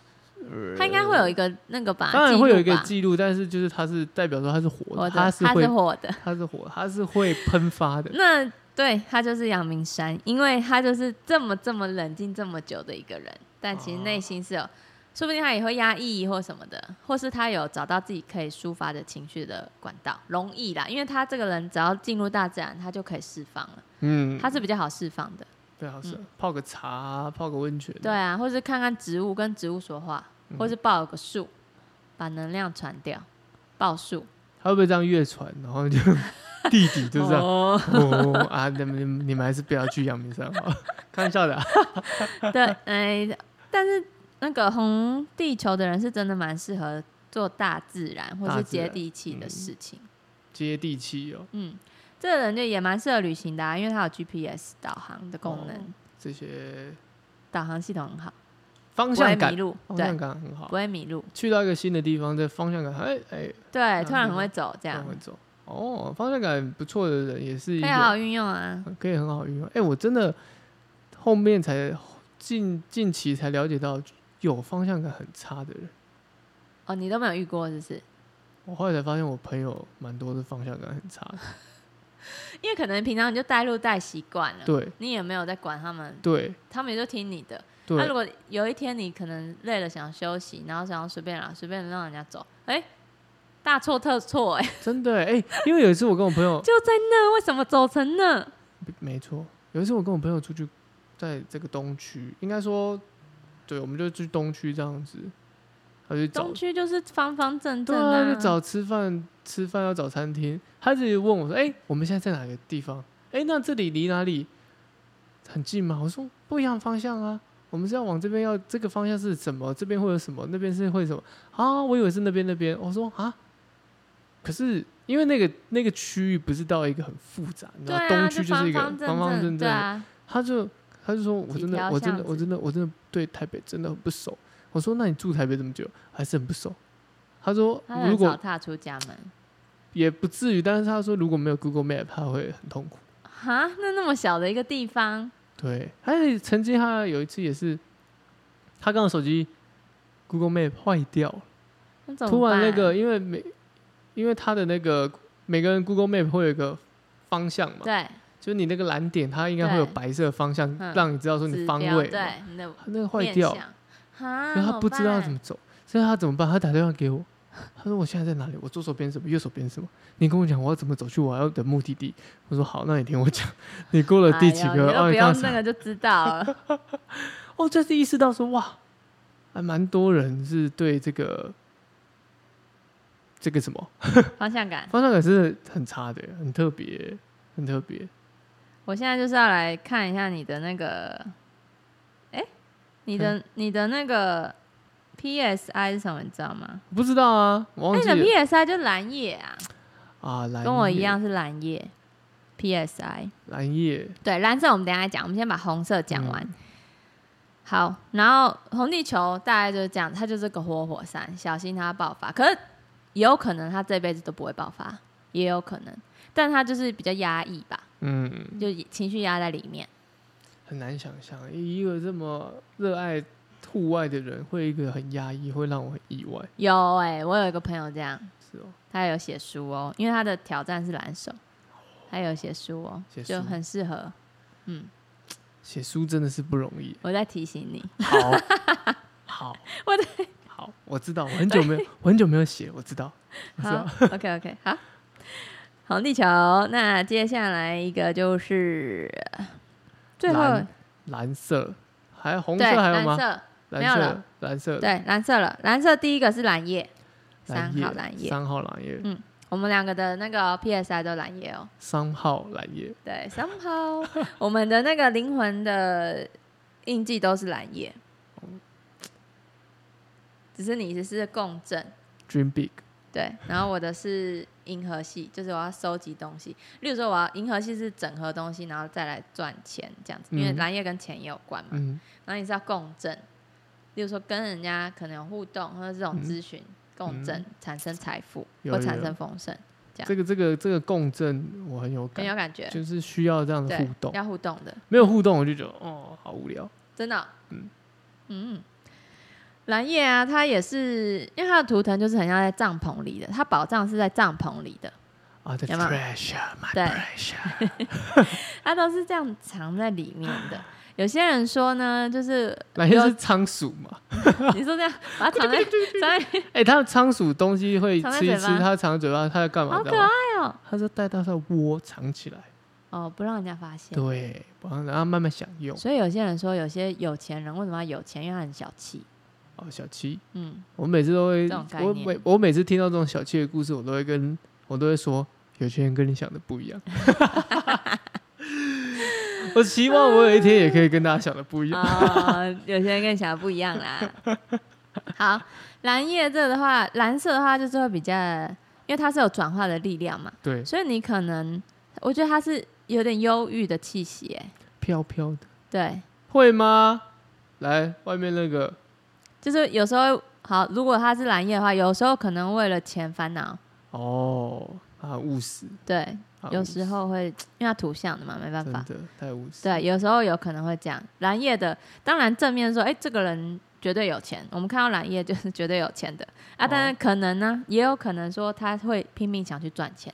A: 呃
B: 它应该会有一个那个吧，
A: 当然会有一
B: 记录
A: 个
B: 吧
A: 记录，但是就是它是代表说它是活
B: 我
A: 的，
B: 的，它
A: 它是会
B: 是火的。
A: [laughs] 它是火，它是会喷发 [laughs]
B: [laughs]
A: 的，
B: 那对他就是阳明山，因为他就是这么这么冷静这么久的一个人，但其实内心是有，
A: 哦
B: 说不定他也会压抑或什么的，或是他有找到自己可以抒发的情绪的管道，容易啦，因为他这个人只要进入大自然，他就可以释放了，
A: 嗯，
B: 他是比较好释放的。
A: 对啊，是啊
B: 嗯
A: 泡个茶啊，泡个温泉啊，
B: 对啊，或是看看植物，跟植物说话，或是抱个树，把能量传掉，抱树。
A: 他会不会这样越传，然后就 [laughs] 弟弟就这样？
B: [laughs] 哦，
A: 哦啊，你们你们你们还是不要去阳明山好了， [laughs] 开玩笑的、啊。 [laughs]
B: 对，哎、但是那个红地球的人是真的蛮适合做大自然或
A: 大
B: 是
A: 自
B: 接
A: 然
B: 地气的
A: 嗯
B: 事情。
A: 接地气哦，
B: 嗯这个人就也蛮适合旅行的、啊，因为他有 GPS 导航的功能，
A: 哦这些
B: 导航系统很好。
A: 方
B: 不会
A: 向
B: 迷
A: 感，
B: 路，
A: 方向
B: 对，
A: 感很好
B: 不。会迷路，
A: 去到一个新的地方，这方向感，哎哎，
B: 对，突然
A: 嗯
B: 很会走这
A: 这
B: 样
A: 样，会走。哦，方向感不错的人也是一
B: 可
A: 个
B: 以好好运用啊。
A: 可以很好运用。哎、我真的后面才近近期才了解到，有方向感很差的人。
B: 哦，你都没有遇过，是不是？
A: 我后来才发现，我朋友蛮多的方向感很差
B: [laughs]
A: 的。
B: 因为可能平常你就带路带习惯了，
A: 对
B: 你也没有在管他们，
A: 对
B: 他们也就听你的。
A: 对、
B: 那、如果有一天你可能累了想休息，然后想要随便啦，随便让人家走，哎、大错特错、
A: [laughs]
B: 哎，，
A: 真的哎、因为有一次我跟我朋友
B: 就在那，为什么走成那？
A: 没错，有一次我跟我朋友出去，在这个东区，应该说，对，我们就去东区这样子，他就去找
B: 东区就是方方正
A: 对
B: 正
A: 啊，
B: 啊，
A: 就找吃饭，吃饭要找餐厅。他自己问我说：“哎、我们现在在哪个地方？哎、那这里离哪里很近吗？”我说：“不一样方向啊，我们是要往这边，要这个方向是什么？这边会有什么？那边是会什么？啊，我以为是那边那边。”我说：“啊，可是因为那个那个区域不是到一个很复杂，你知
B: 对
A: 道、
B: 啊，
A: 东
B: 就
A: 区就是一个
B: 方
A: 方
B: 正
A: 正
B: 对啊，
A: 他就他就说我
B: 几
A: 真的
B: 条
A: 我真的
B: 巷子
A: 我真的我真的对台北真的很不熟。我说那你住台北这么久还是很不熟？他说
B: 他很
A: 如
B: 少
A: 果
B: 踏出家门。
A: 也不至于，但是他说如果没有 Google Map 他会很痛苦。
B: 哈，那那么小的一个地方，
A: 对，而且曾经他有一次也是，他刚好手机 Google Map 坏掉了，
B: 那怎么
A: 突然那
B: 办
A: 个因为每因为他的那个每个人 Google Map 会有一个方向嘛，
B: 对
A: 就是你那个蓝点它应该会有
B: 对
A: 白色的方向，
B: 嗯
A: 让你知道说
B: 指
A: 你方
B: 标
A: 位嘛。
B: 对你的
A: 那个坏
B: 面
A: 掉，
B: 相，哈，
A: 可是他不知道
B: 啊办
A: 怎么走，所以他怎么办？他打电话给我，他说我现在在哪里？我左手边什么，右手边什么？你跟我讲我要怎么走去我要的目的地。我说好，那你听我讲。你过了第几
B: 哎
A: 个？
B: 呦你都
A: 哦，
B: 不
A: 你看
B: 用
A: 啥
B: 那个就知道了。
A: 哦，这次意识到说哇，还蛮多人是对这个这个什么
B: 方向感，
A: 方向感是很差的，很特别，很特别。
B: 我现在就是要来看一下你的那个，哎、你
A: 嗯
B: 的、你的那个 PSI 是什么？你知道吗？
A: 我不知道啊，我
B: 哎、
A: 忘记
B: 你的
A: 了
B: PSI 就蓝叶啊，
A: 啊，蓝
B: 跟我一
A: 叶，
B: 样是蓝叶 PSI。
A: 蓝叶
B: 对，蓝色我们等一下讲，我们先把红色讲完。
A: 嗯
B: 好，然后红地球大概就是这样，它就是个活火山，小心它爆发。可是也有可能它这辈子都不会爆发，也有可能，但它就是比较压抑吧，
A: 嗯，
B: 就情绪压在里面。
A: 很难想象一个这么热爱户外的人，会一个很压抑，会让我很意外。
B: 有哎、我有一个朋友这样，
A: 是哦，
B: 他有写书哦，因为他的挑战是蓝手，他有写书哦，
A: 写书
B: 就很适合。嗯，
A: 写书真的是不容易。
B: 我在提醒你，
A: [laughs] 好，好，
B: 我
A: 好，我知道，我很久没有，我很久没有写，我知道，我知
B: 好
A: 道。
B: ，OK OK，好，红地球。那接下来一个就是最后
A: 蓝蓝色，还有红色
B: 对
A: 还有
B: 蓝
A: 吗？
B: 色，
A: 蓝
B: 没有了
A: 色，蓝色，
B: 对蓝色了，蓝色第一个是蓝叶，三
A: 蓝
B: 号
A: 叶，
B: 蓝叶，
A: 三号蓝叶，
B: 我们两个的那个 PSI 都蓝叶哦。
A: 三号蓝叶，
B: 对，somehow 我们的那个灵魂的印记都是蓝叶，只是你是共振，
A: ，Dream Big，
B: 对，然后我的是银河系，就是我要收集东西，例如说我要银河系是整合东西，然后再来赚钱这样子，因为
A: 嗯
B: 蓝叶跟钱也有关嘛，
A: 嗯，
B: 然后你是要共振，例如说跟人家可能有互动或者这种
A: 嗯
B: 咨询、共振，产生财富
A: 有
B: 或产
A: 有
B: 生丰盛，
A: 这个这个这个共振我很有
B: 很
A: 感，
B: 有感觉，
A: 就是需要这样的
B: 对
A: 互，动，
B: 要互动的。
A: 没有互动我就觉得哦，好无聊，
B: 真的、嗯
A: 嗯
B: 嗯，蓝叶啊，它也是，因为它的图腾就是很像在帐篷里的，它宝藏是在帐篷里的，
A: 啊，对
B: 有没有
A: ，pressure，my
B: 对
A: pressure，
B: 它啊都是这样藏在里面的。有些人说呢，就是
A: 蓝叶
B: 有
A: 是仓鼠
B: [laughs]
A: 嘛？
B: 你说这样把它藏在藏在，
A: 哎，它的仓鼠东西会
B: 藏在
A: 吃一
B: 嘴
A: 吃，
B: 巴
A: 它藏在嘴巴，它在干嘛？
B: 好
A: 你知
B: 可
A: 道吗
B: 爱？哦、
A: 它是带到它的窝藏起来，
B: 哦，不让人家发现。
A: 对，然后然后慢慢享用。
B: 所以有些人说，有些有钱人为什么要有钱？因为他很小气。
A: 哦，小七， [laughs]
B: 嗯，
A: 我每次都会
B: 这种，概
A: 我
B: 念
A: 每我每次听到这种小七的故事，我都会跟我都会说，有些人跟你想的不一
B: [laughs]
A: 样。 [laughs] 我希望我有一天也可以跟大家想的不一样。
B: 哦，有些人跟小不一样啦。好，蓝叶这的话，蓝色的话就是会比较，因为它是有转化的力量嘛，
A: 对，
B: 所以你可能，我觉得它是有点忧郁的气息、欸，
A: 飘飘的，
B: 对，
A: 会吗？来，外面那个
B: 就是有时候好，如果他是蓝叶的话，有时候可能为了钱烦恼，
A: 哦，啊，务实，
B: 对，
A: 啊
B: 有
A: 务实
B: 时候会因为它土象的嘛，没办
A: 真
B: 法，
A: 的太务实，
B: 对，有时候有可能会这样。蓝叶的，当然正面说，哎、这个人绝对有钱，我们看到蓝叶就是 [laughs] 绝对有钱的啊。
A: 哦
B: 当然可能呢，也有可能说他会拼命想去赚钱，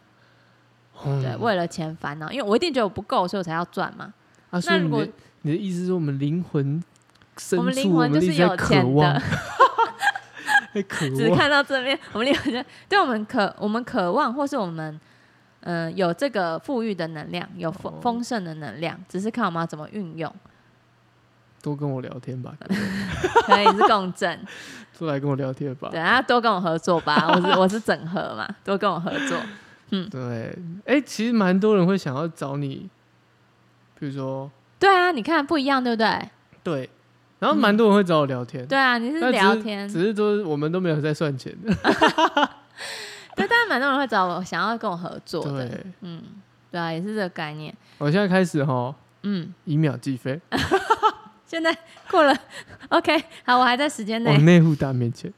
A: 嗯，
B: 对，为了钱烦恼，因为我一定觉得我不够，所以我才要赚嘛。
A: 啊，所以
B: 如
A: 你
B: 果
A: 的你的意思是说，我们灵魂深处，
B: 我
A: 我
B: 们灵魂就是
A: 一直在
B: 有
A: 渴
B: 钱
A: 望
B: [laughs] 的，，
A: 在渴
B: 只
A: 望，
B: 看到正面，我们灵魂就对我们渴，我们渴望或是我们。嗯，有这个富裕的能量，有丰
A: 哦
B: 丰盛的能量，只是看我们要怎么运用。
A: 多跟我聊天吧，
B: 可以是共振，
A: 多来跟我聊天吧
B: 对，。然后多跟我合作吧。我是我是整合嘛，多跟我合作。
A: 对，哎、其实蛮多人会想要找你，比如说
B: 对啊，你看不一样，对不对？
A: 对，然后蛮多人会找我聊天，
B: 对啊，你是
A: 但只
B: 聊天，
A: 只是都是我们都没有在算钱的，
B: 对，但蛮多人会找我，想要跟我合作的，
A: 对，
B: 嗯，对啊，也是这个概念，
A: 我现在开始哈，
B: 嗯，
A: 以秒计费，
B: 现在过了，OK，好，我还在时间内
A: 往，内户大面前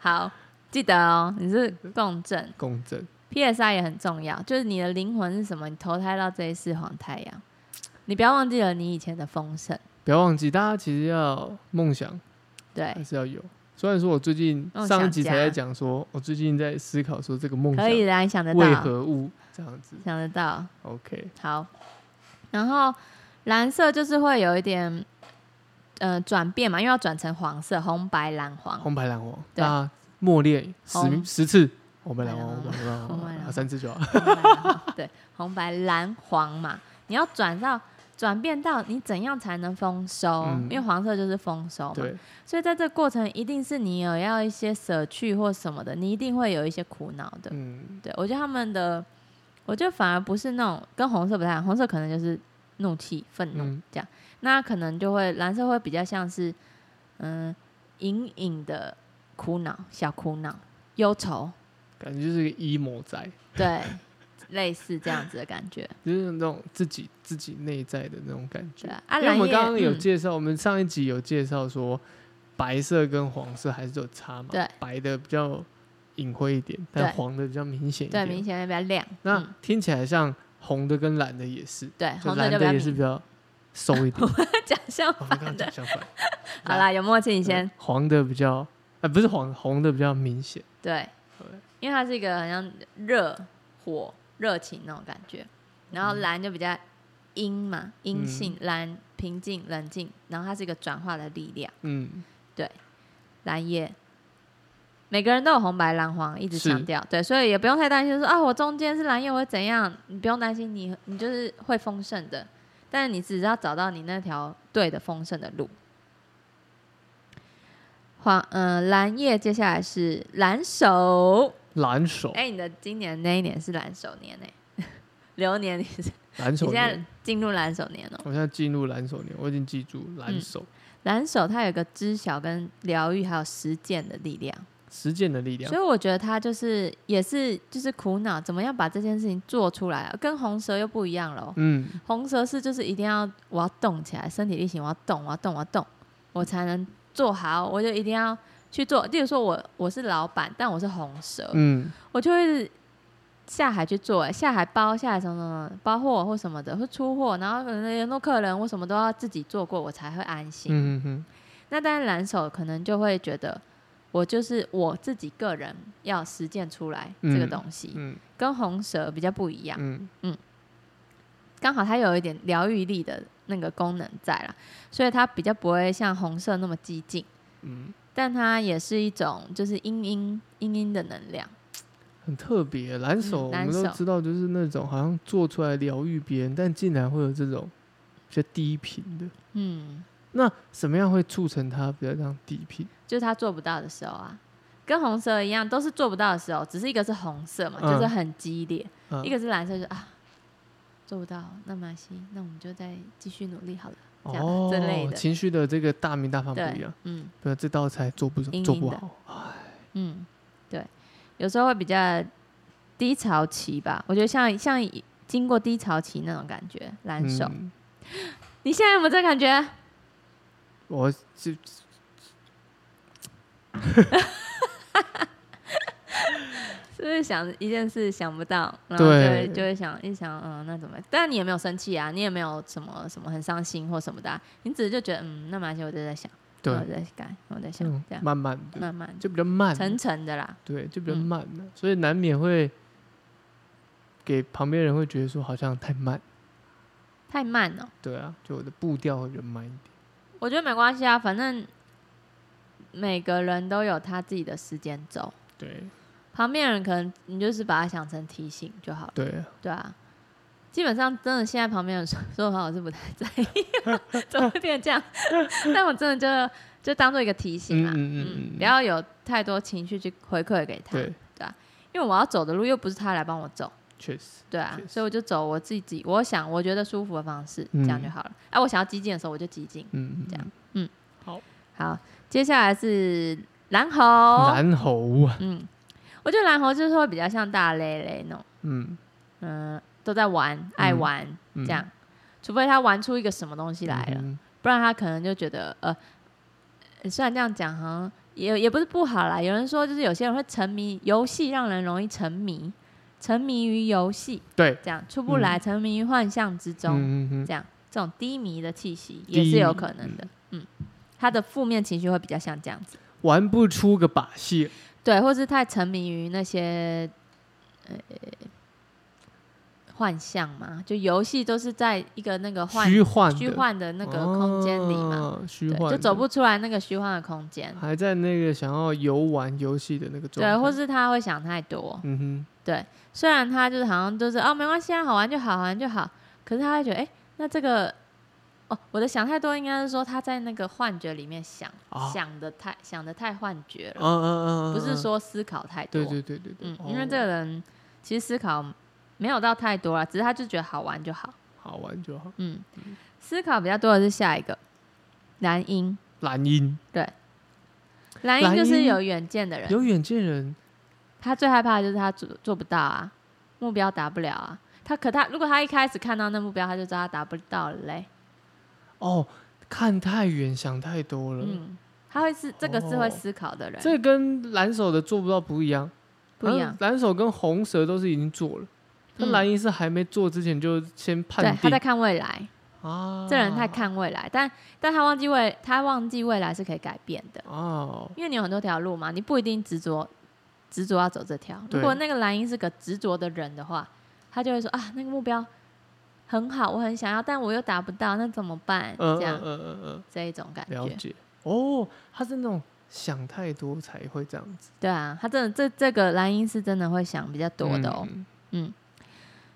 B: 好，记得哦，你是共振
A: 共振，
B: ，PSI 也很重要，就是你的灵魂是什么，你投胎到这一世黄太阳，你不要忘记了你以前的丰盛，
A: 不要忘记，大家其实要梦想
B: 对
A: 还，是要有。虽然说我最近
B: 梦想
A: 上一集才在
B: 家
A: 讲说，我最近在思考说这个梦想
B: 可以的啊，你想得
A: 为
B: 到，
A: 何物这样子
B: 想得到，
A: ，OK，
B: 好，然后蓝色就是会有一点呃转变嘛，因为要转成黄色，红白蓝黄。
A: 红白蓝黄，
B: 对
A: 大家默练
B: 红
A: 十十次红白蓝黄，
B: 红
A: 红
B: 白
A: 白蓝黄，
B: 红
A: 红
B: 白
A: 白蓝
B: 蓝黄
A: 黄，三次就好。
B: 红白蓝黄对，红白蓝黄嘛，你要转到转变到你怎样才能丰收？
A: 嗯
B: 因为黄色就是丰收嘛，
A: 对，
B: 所以在这过程一定是你有要一些舍去或什么的，你一定会有一些苦恼的。
A: 嗯，
B: 对我觉得他们的，我觉得反而不是那种跟红色不太一样，红色可能就是怒气、愤怒
A: 嗯
B: 这样，那可能就会蓝色会比较像是嗯隐隐的苦恼、小苦恼、忧愁，
A: 感觉就是个 emo 仔，
B: 对，类似这样子的感觉。
A: 就是那种自己自己内在的那种感觉
B: 对。啊，啊
A: 因为我
B: 蓝
A: 们
B: 叶
A: 刚刚有
B: 嗯
A: 介绍，我们上一集有介绍说，白色跟黄色还是有差嘛，
B: 对，
A: 白的比较隐晦一点，
B: 对
A: 但黄的比较明显一
B: 对
A: 点，
B: 明显会比较亮，嗯
A: 那听起来像红的跟蓝的也是，
B: 对
A: 就
B: 红
A: 蓝
B: 就
A: 的也
B: 比
A: 是
B: 较
A: 比
B: 明，
A: 较收一点。
B: [laughs]
A: 哦
B: 讲相
A: 我们刚
B: 反
A: 刚
B: 的
A: 讲。相反，
B: 好啦，有默契，你先
A: 对黄的比较，呃，不是黄，红的比较明显。
B: 对，
A: 对
B: 因为它是一个好像热火、热情那种感觉，然后蓝就比较阴嘛，阴性，蓝平静、冷静，然后它是一个转化的力量，
A: 嗯，
B: 蓝叶。每个人都有红白蓝黄，一直
A: 是
B: 强调对，所以也不用太担心说啊，我中间是蓝叶我会怎样，你不用担心你，你就是会丰盛的，但是你只要找到你那条对的丰盛的路。黄，嗯、蓝叶接下来是蓝手，
A: 蓝手，
B: 哎、你的今年那一年是蓝手年呢、 [laughs] 流年你是
A: 蓝
B: 你
A: 手
B: 现在
A: 年，
B: 进入蓝手年哦、
A: 我现在进入蓝手年，我已经记住蓝手
B: 嗯蓝手它有一个知晓、跟疗愈，还有实践的力量，
A: 实践的力量
B: 所。以我觉得它就是也是就是苦恼，怎么样把这件事情做出来、啊，跟红蛇又不一样喽。
A: 嗯，
B: 红蛇是就是一定要我要动起来，身体力行，我要动，我要动，我要动，我才能做好，我就一定要去做。例如说我我是老板，但我是红蛇，
A: 嗯，
B: 我就会下海去做、欸，下海包下海什么什么包货或什么的，或出货，然后可能联络客人，我什么都要自己做过，我才会安心。
A: 嗯嗯嗯，
B: 那当然，蓝手可能就会觉得，我就是我自己个人要实践出来这个
A: 嗯
B: 东西，
A: 嗯
B: 跟红蛇比较不一样。
A: 嗯，
B: 刚好它有一点疗愈力的那个功能在啦，所以它比较不会像红色那么激进，
A: 嗯，
B: 但它也是一种就是阴阴阴阴的能量。
A: 很特别。蓝手
B: 嗯
A: 我
B: 蓝
A: 们都
B: 手
A: 知道，就是那种好像做出来疗愈别人，但竟然会有这种比较低频的。
B: 嗯，
A: 那什么样会促成它比较像低频？
B: 就是他做不到的时候啊，跟红色一样，都是做不到的时候，只是一个是红色嘛，
A: 嗯
B: 就是很激烈；
A: 嗯
B: 一个是蓝色，就是啊，做不到，那没关系，那我们就再继续努力好了。这样
A: 哦
B: 之类的
A: 情绪的这个大名大放不一
B: 对
A: 样，，
B: 嗯
A: 不然这道菜做不
B: 阴
A: 做
B: 阴
A: 不
B: 的
A: 好，
B: 嗯，对，有时候会比较低潮期吧，我觉得像像经过低潮期那种感觉，蓝手，
A: 嗯、
B: 你现在有没有这感觉？
A: 我就
B: 是不是想一件事想不到，然后就
A: 对
B: 会就会想一想，嗯，那怎么办？但你也没有生气啊，你也没有什么什么很伤心或什么的啊、你只是就觉得，嗯，那马些我就在想，
A: 对
B: 我，在改，我在想，
A: 嗯
B: 嗯这样
A: 慢慢的，
B: 慢慢
A: 就比较慢，
B: 层层的啦，
A: 对，就比较
B: 嗯
A: 慢了，所以难免会给旁边人会觉得说好像太慢，
B: 太慢了、
A: 对啊，就我的步调会比较慢一点，
B: 我觉得没关系啊，反正每个人都有他自己的时间轴，
A: 对
B: 旁边人可能你就是把它想成提醒就好了，
A: 对啊，
B: 对啊。基本上真的，现在旁边人 [laughs] 说说的话，我是不太在意，啊 [laughs] 怎么会变这样？ [laughs] 但我真的就就当做一个提醒
A: 嗯
B: 啦，
A: 嗯嗯
B: 嗯，
A: 嗯
B: 不要有太多情绪去回馈给他，
A: 对，
B: 因为我要走的路又不是他来帮我走，
A: 确实，
B: 对啊
A: 确，实
B: 所以我就走我自己，我想我觉得舒服的方式，
A: 嗯
B: 这样就好了。哎、啊，我想要激进的时候我就激进。
A: 嗯，
B: 这样
A: 嗯
B: 好，接下来是蓝猴，
A: 蓝猴啊，
B: 嗯，我觉得蓝猴就是会比较像大雷雷那种，
A: 嗯，
B: 嗯、都在玩，爱玩、
A: 嗯
B: 这样，除非他玩出一个什么东西来了，
A: 嗯
B: 不然他可能就觉得呃，呃虽然这样讲好像也也不是不好啦。有人说就是有些人会沉迷游戏，让人容易沉迷，沉迷于游戏，
A: 对，
B: 这样出不来，沉迷于幻象之中，
A: 嗯嗯嗯，
B: 这样这种低迷的气息
A: 低
B: 也是有可能的。嗯，他的负面情绪会比较像这样子，
A: 玩不出个把戏，
B: 对，或是太沉迷于那些呃。幻象嘛，就游戏都是在一个那个幻
A: 虚幻
B: 虚
A: 的
B: 幻的那个空间里嘛，
A: 哦虚
B: 对，
A: 幻
B: 就
A: 的
B: 走不出来那个虚幻的空间。
A: 还在那个想要游玩游戏的那个状态，
B: 对，或是他会想太多。
A: 嗯
B: 虽然他就是好像就是哦，没关系啊，好玩就好，好玩就好。可是他会觉得，哎、那这个哦，我的想太多，应该是说他在那个幻觉里面想、
A: 啊
B: 想的太想的太幻觉
A: 哼，
B: 了，
A: 嗯嗯嗯，嗯
B: 不是
A: 嗯
B: 说思考太多。
A: 对对对对对，
B: 嗯，
A: 哦
B: 因为这个人其实思考没有到太多啦，只是他就觉得好玩就好。
A: 好玩就好，
B: 嗯，思考比较多的是下一个蓝鹰，
A: 蓝鹰
B: 蓝鹰就
A: 蓝
B: 是
A: 鹰
B: 有远见的人，
A: 有远见人，
B: 他最害怕的就是他做做不到啊，目标达不了啊。他可他如果他一开始看到那目标，他就知道他达不到了嘞。
A: 哦，看太远，想太多了。
B: 嗯，他会是这个是会思考的人，
A: 哦这嗯跟蓝手的做不到不一样，啊
B: 不一样。
A: 蓝蓝手跟红蛇都是已经做了，但
B: 嗯
A: 蓝鹰是还没做之前就先
B: 对
A: 判，
B: 他
A: 定
B: 在看未来，
A: 啊，
B: 这人太看未来，但但他忘记未他忘记未来是可以改变的，
A: 哦，
B: 因为你有很多条路嘛，你不一定执着执着要走这条。
A: 对
B: 如果那个蓝鹰是个执着的人的话，他就会说啊，那个目标很好，我很想要，但我又达不到，那怎么办？
A: 嗯嗯
B: 这样
A: 嗯嗯嗯，
B: 这一种感
A: 了
B: 觉。
A: 解哦，他是那种想太多才会这样子
B: 对啊，他真的这这个蓝鹰是真的会想比较多的哦，
A: 嗯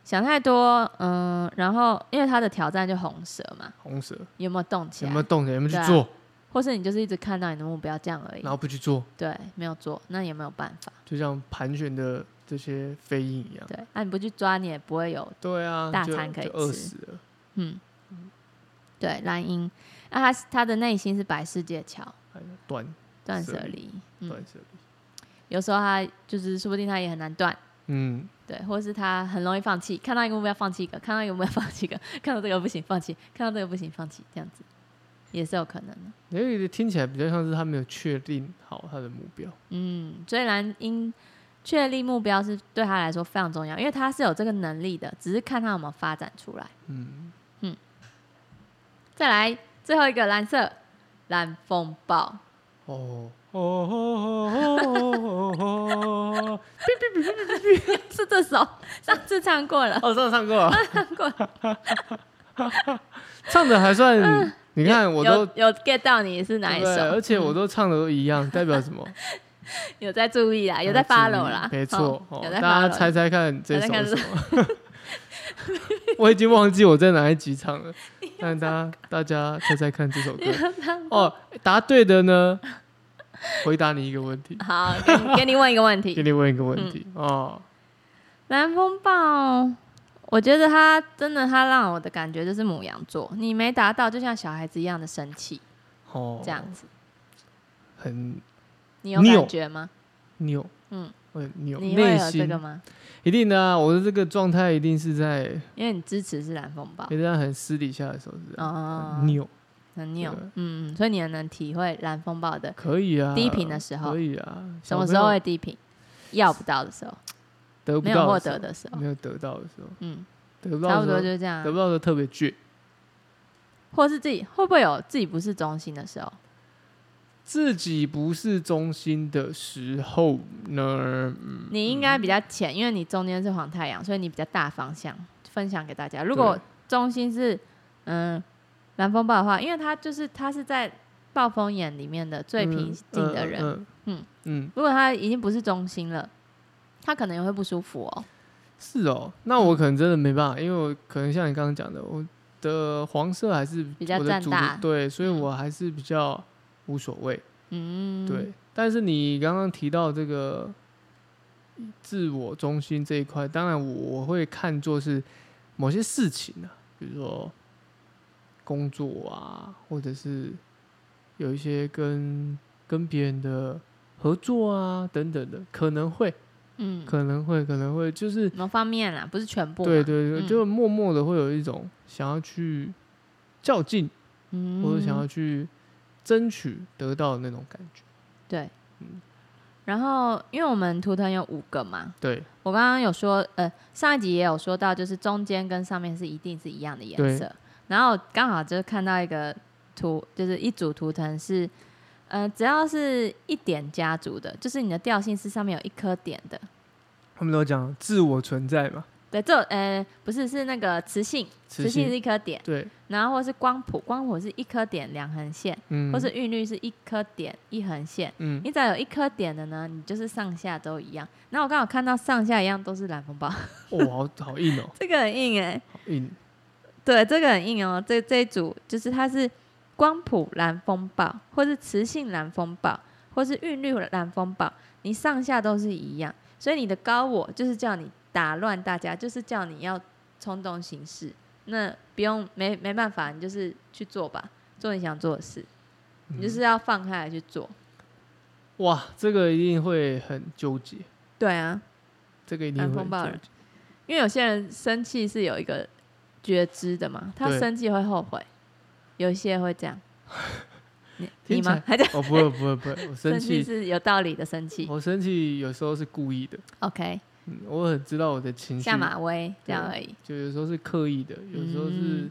B: 想太多，嗯，然后因为他的挑战就红蛇嘛，
A: 红蛇
B: 有没有动起
A: 有
B: 来，
A: 没有动的，有没有
B: 对
A: 去
B: 啊
A: 做，
B: 或是你就是一直看到你的目标这样而已
A: 然，后不去做，
B: 对，没有做，那也没有办法，
A: 就像盘旋的这些飞鹰一样。
B: 对，那你不去抓你也不会有，
A: 对啊，
B: 大
A: 就
B: 餐可以
A: 就饿
B: 吃
A: 死了
B: 嗯，对，蓝鹰，那、他他的内心是白世界桥
A: 哎呀，断
B: 断
A: 舍
B: 舍离，嗯，
A: 断舍离，
B: 有时候他就是说不定他也很难断。
A: 嗯，
B: 对，或是他很容易放弃，看到一个目标放弃一个，看到一个目标放弃一个，看到这个不行放弃，看到这个不行放弃，这样子也是有可能的。
A: 因为听起来比较像是他没有确定好他的目标，
B: 嗯，所以蓝鹰确立目标是对他来说非常重要，因为他是有这个能力的，只是看他有没有发展出来。
A: 嗯，
B: 再来最后一个蓝色蓝风暴，
A: 哦哦哦哦哦哦哦，
B: 是这首，上次唱过了，
A: 哦，这样唱过了，
B: 唱过了，
A: 唱的还算，你看我都
B: 有有 get 到你是哪一
A: 对
B: 首？嗯
A: 而且我都唱的都一样，代表什么？
B: 有在注意 [laughs] 啦，有在
A: 大家注意
B: follow 啦，
A: 没
B: 哦
A: 错，哦
B: 有在 follow
A: 大家
B: 啦
A: 猜猜看这
B: 有在
A: 首
B: 看
A: 是什么？ [laughs] 我已经忘记我在哪一集唱
B: [laughs]
A: 了，但大家大家猜猜看这首歌
B: [laughs]
A: 哦，答对的呢，回答你一个问
B: [laughs]
A: 题，
B: 好，给你给你问一个问
A: [laughs]
B: 题
A: 给，你问一个问题、
B: 嗯
A: 哦，
B: 蓝风暴，我觉得他真的，他让我的感觉就是母羊座，你没达到，就像小孩子一样的生气
A: 哦，
B: 这样子，
A: 很
B: 你有
A: 你有
B: 感觉吗？
A: 扭，
B: 嗯，
A: 我很扭，
B: 你会
A: 内
B: 有这
A: 心
B: 个吗？
A: 一定的啊，我的这个状态一定是在
B: 因为你支持是蓝风暴
A: 一，定在很私底下的时候是这样
B: 哦
A: 很扭，
B: 很扭
A: 对，
B: 嗯，所以你也能体会蓝风暴的
A: 可以啊，
B: 低频的时候
A: 可以啊，
B: 什么
A: 小
B: 时
A: 朋
B: 候
A: 友
B: 会低频，要不到的时候，
A: 得不
B: 没有
A: 到
B: 获
A: 的时
B: 得
A: 候
B: 的时候，
A: 没有得到的时候，
B: 嗯，
A: 得不
B: 差
A: 到的时
B: 不多
A: 候，
B: 就是这样
A: 得不
B: 啊，
A: 到的时候特别倔，
B: 或是自己会不会有自己不是中心的时候？
A: 自己不是中心的时候呢，嗯
B: 你应该比较浅，因为你中间是黄太阳，所以你比较大方向分享给大家。如果
A: 对
B: 中心是嗯蓝风暴的话，因为他就是他是在暴风眼里面的最平静的人，
A: 嗯嗯
B: 嗯
A: 嗯，
B: 如果他已经不是中心了，他可能也会不舒服哦。
A: 是哦，那我可能真的没办法，因为我可能像你刚刚讲的，我的黄色还是
B: 比较
A: 我的
B: 占
A: 主
B: 大
A: 对，所以
B: 嗯
A: 我还是比较无所谓，
B: 嗯，
A: 对。，但是你刚刚提到这个自我中心这一块，当然我我会看作是某些事情啊，比如说工作啊，或者是有一些跟跟别人的合作啊等等的，可能会，
B: 嗯，
A: 可能会，可能会，就是
B: 某方面啦，不是全部嘛。
A: 对对对，
B: 嗯
A: 就默默的会有一种想要去较劲，
B: 嗯，
A: 或者想要去争取得到的那种感觉。
B: 对
A: 嗯。
B: 然后，因为我们图腾有五个嘛，
A: 对
B: 我刚刚有说，呃，上一集也有说到，就是中间跟上面是一定是一样的颜色。然后刚好就看到一个图，就是一组图腾是，呃，只要是一点家族的，就是你的调性是上面有一颗点的。
A: 他们都讲自我存在嘛，
B: 对，这呃不是是那个磁性，磁
A: 磁
B: 性
A: 性
B: 是一颗点，
A: 对，
B: 然后或是光谱，光谱是一颗点两横线，
A: 嗯，
B: 或是韵律是一颗点一横线。
A: 嗯，
B: 你只要有一颗点的呢，你就是上下都一样。然后我刚好看到上下一样都是蓝风 [laughs] 暴，
A: 哦，好好硬哦，
B: 这个很硬哎、
A: 好硬，
B: 对，这个很硬哦。这这一组就是它是光谱蓝风暴，或是磁性蓝风暴，或是韵律蓝风暴，你上下都是一样。所以你的高我就是叫你打乱大家，就是叫你要冲动行事。那不用没没办法，你就是去做吧，做你想做的事，你就是要放开来去做。
A: 嗯哇，这个一定会很纠结，
B: 对啊，
A: 这个一定
B: 蓝
A: 会
B: 风
A: 很
B: 暴
A: 纠
B: 人
A: 结
B: 因为有些人生气是有一个觉知的嘛，他
A: 对
B: 生气会后悔，有一些会
A: [laughs]
B: 这样。你
A: 听
B: 你
A: 起来
B: 吗？还在
A: 哦，不会不会不会，我生
B: 生
A: 气，
B: 气
A: 哦
B: 是有道理的生气。
A: 我生气有时候是故意的，
B: OK，
A: 嗯，我很知道我的情绪
B: 下马威这样
A: 对
B: 而已。
A: 就有时候是刻意的，有时候是
B: 嗯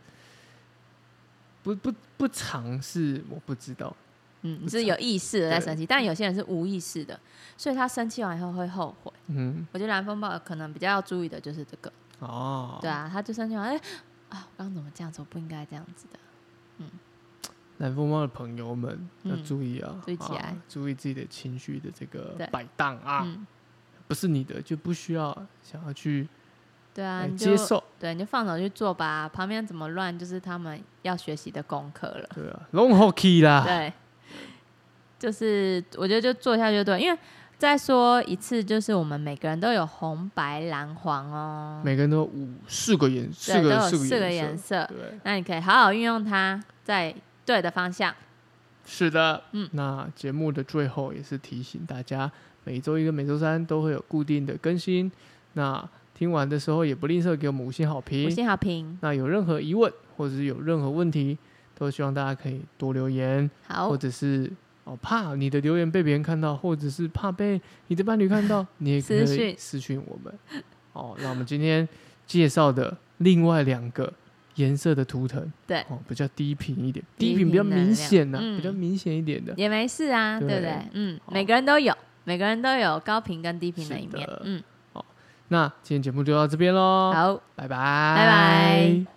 A: 不不不尝试，我不知道。
B: 嗯，你
A: 不
B: 是
A: 错
B: 有意识的在
A: 对
B: 生气，但有些人是无意识的，所以他生气完以后会后悔。
A: 嗯，
B: 我觉得蓝风暴可能比较要注意的就是这个，
A: 哦，
B: 对，啊，他就生气完，哎、啊，我刚刚怎么这样子？我不应该这样子的。
A: 南风猫的朋友们要
B: 嗯
A: 注意啊，
B: 注意起来
A: 啊注意自己的情绪的这个
B: 对
A: 摆荡啊，
B: 嗯，
A: 不是你的就不需要想要去
B: 对啊，
A: 呃
B: 你就
A: 接受，
B: 对，你就放手去做吧，旁边怎么乱就是他们要学习的功课了。
A: 对啊，龙后 key 啦，
B: 对，就是我觉得就做下去就对，因为再说一次，就是我们每个人都有红、白、蓝、黄哦，
A: 每个人都有五四个颜，四
B: 对，都
A: 个
B: 有
A: 四
B: 四
A: 个
B: 个
A: 颜
B: 颜
A: 色，
B: 色，
A: 对，
B: 那你可以好好运用它，在对的方向。
A: 是的，
B: 嗯
A: 那节目的最后也是提醒大家，每周一跟每周三都会有固定的更新，那听完的时候也不吝啬给我们五星好
B: 五
A: 评，
B: 星好评，
A: 那有任何疑问或者是有任何问题，都希望大家可以多留言，
B: 好
A: 或，者是哦怕你的留言被别人看到，或者是怕被你的伴侣看
B: [laughs]
A: 到，你也可
B: 私
A: 以
B: 讯
A: 私讯我们。哦，那我们今天介绍的另外两个颜色的图腾，
B: 对
A: 哦，比较低频一点，
B: 低
A: 低频比较
B: 频能
A: 明显呐、
B: 量嗯
A: 比较明显一点的。
B: 也没事啊，对
A: 对
B: 不对？嗯，
A: 好
B: 每个人都有，每个人都有高频跟低频的一
A: 是的
B: 面。嗯，
A: 那今天节目就到这边喽，
B: 好。
A: 拜拜，拜
B: 拜。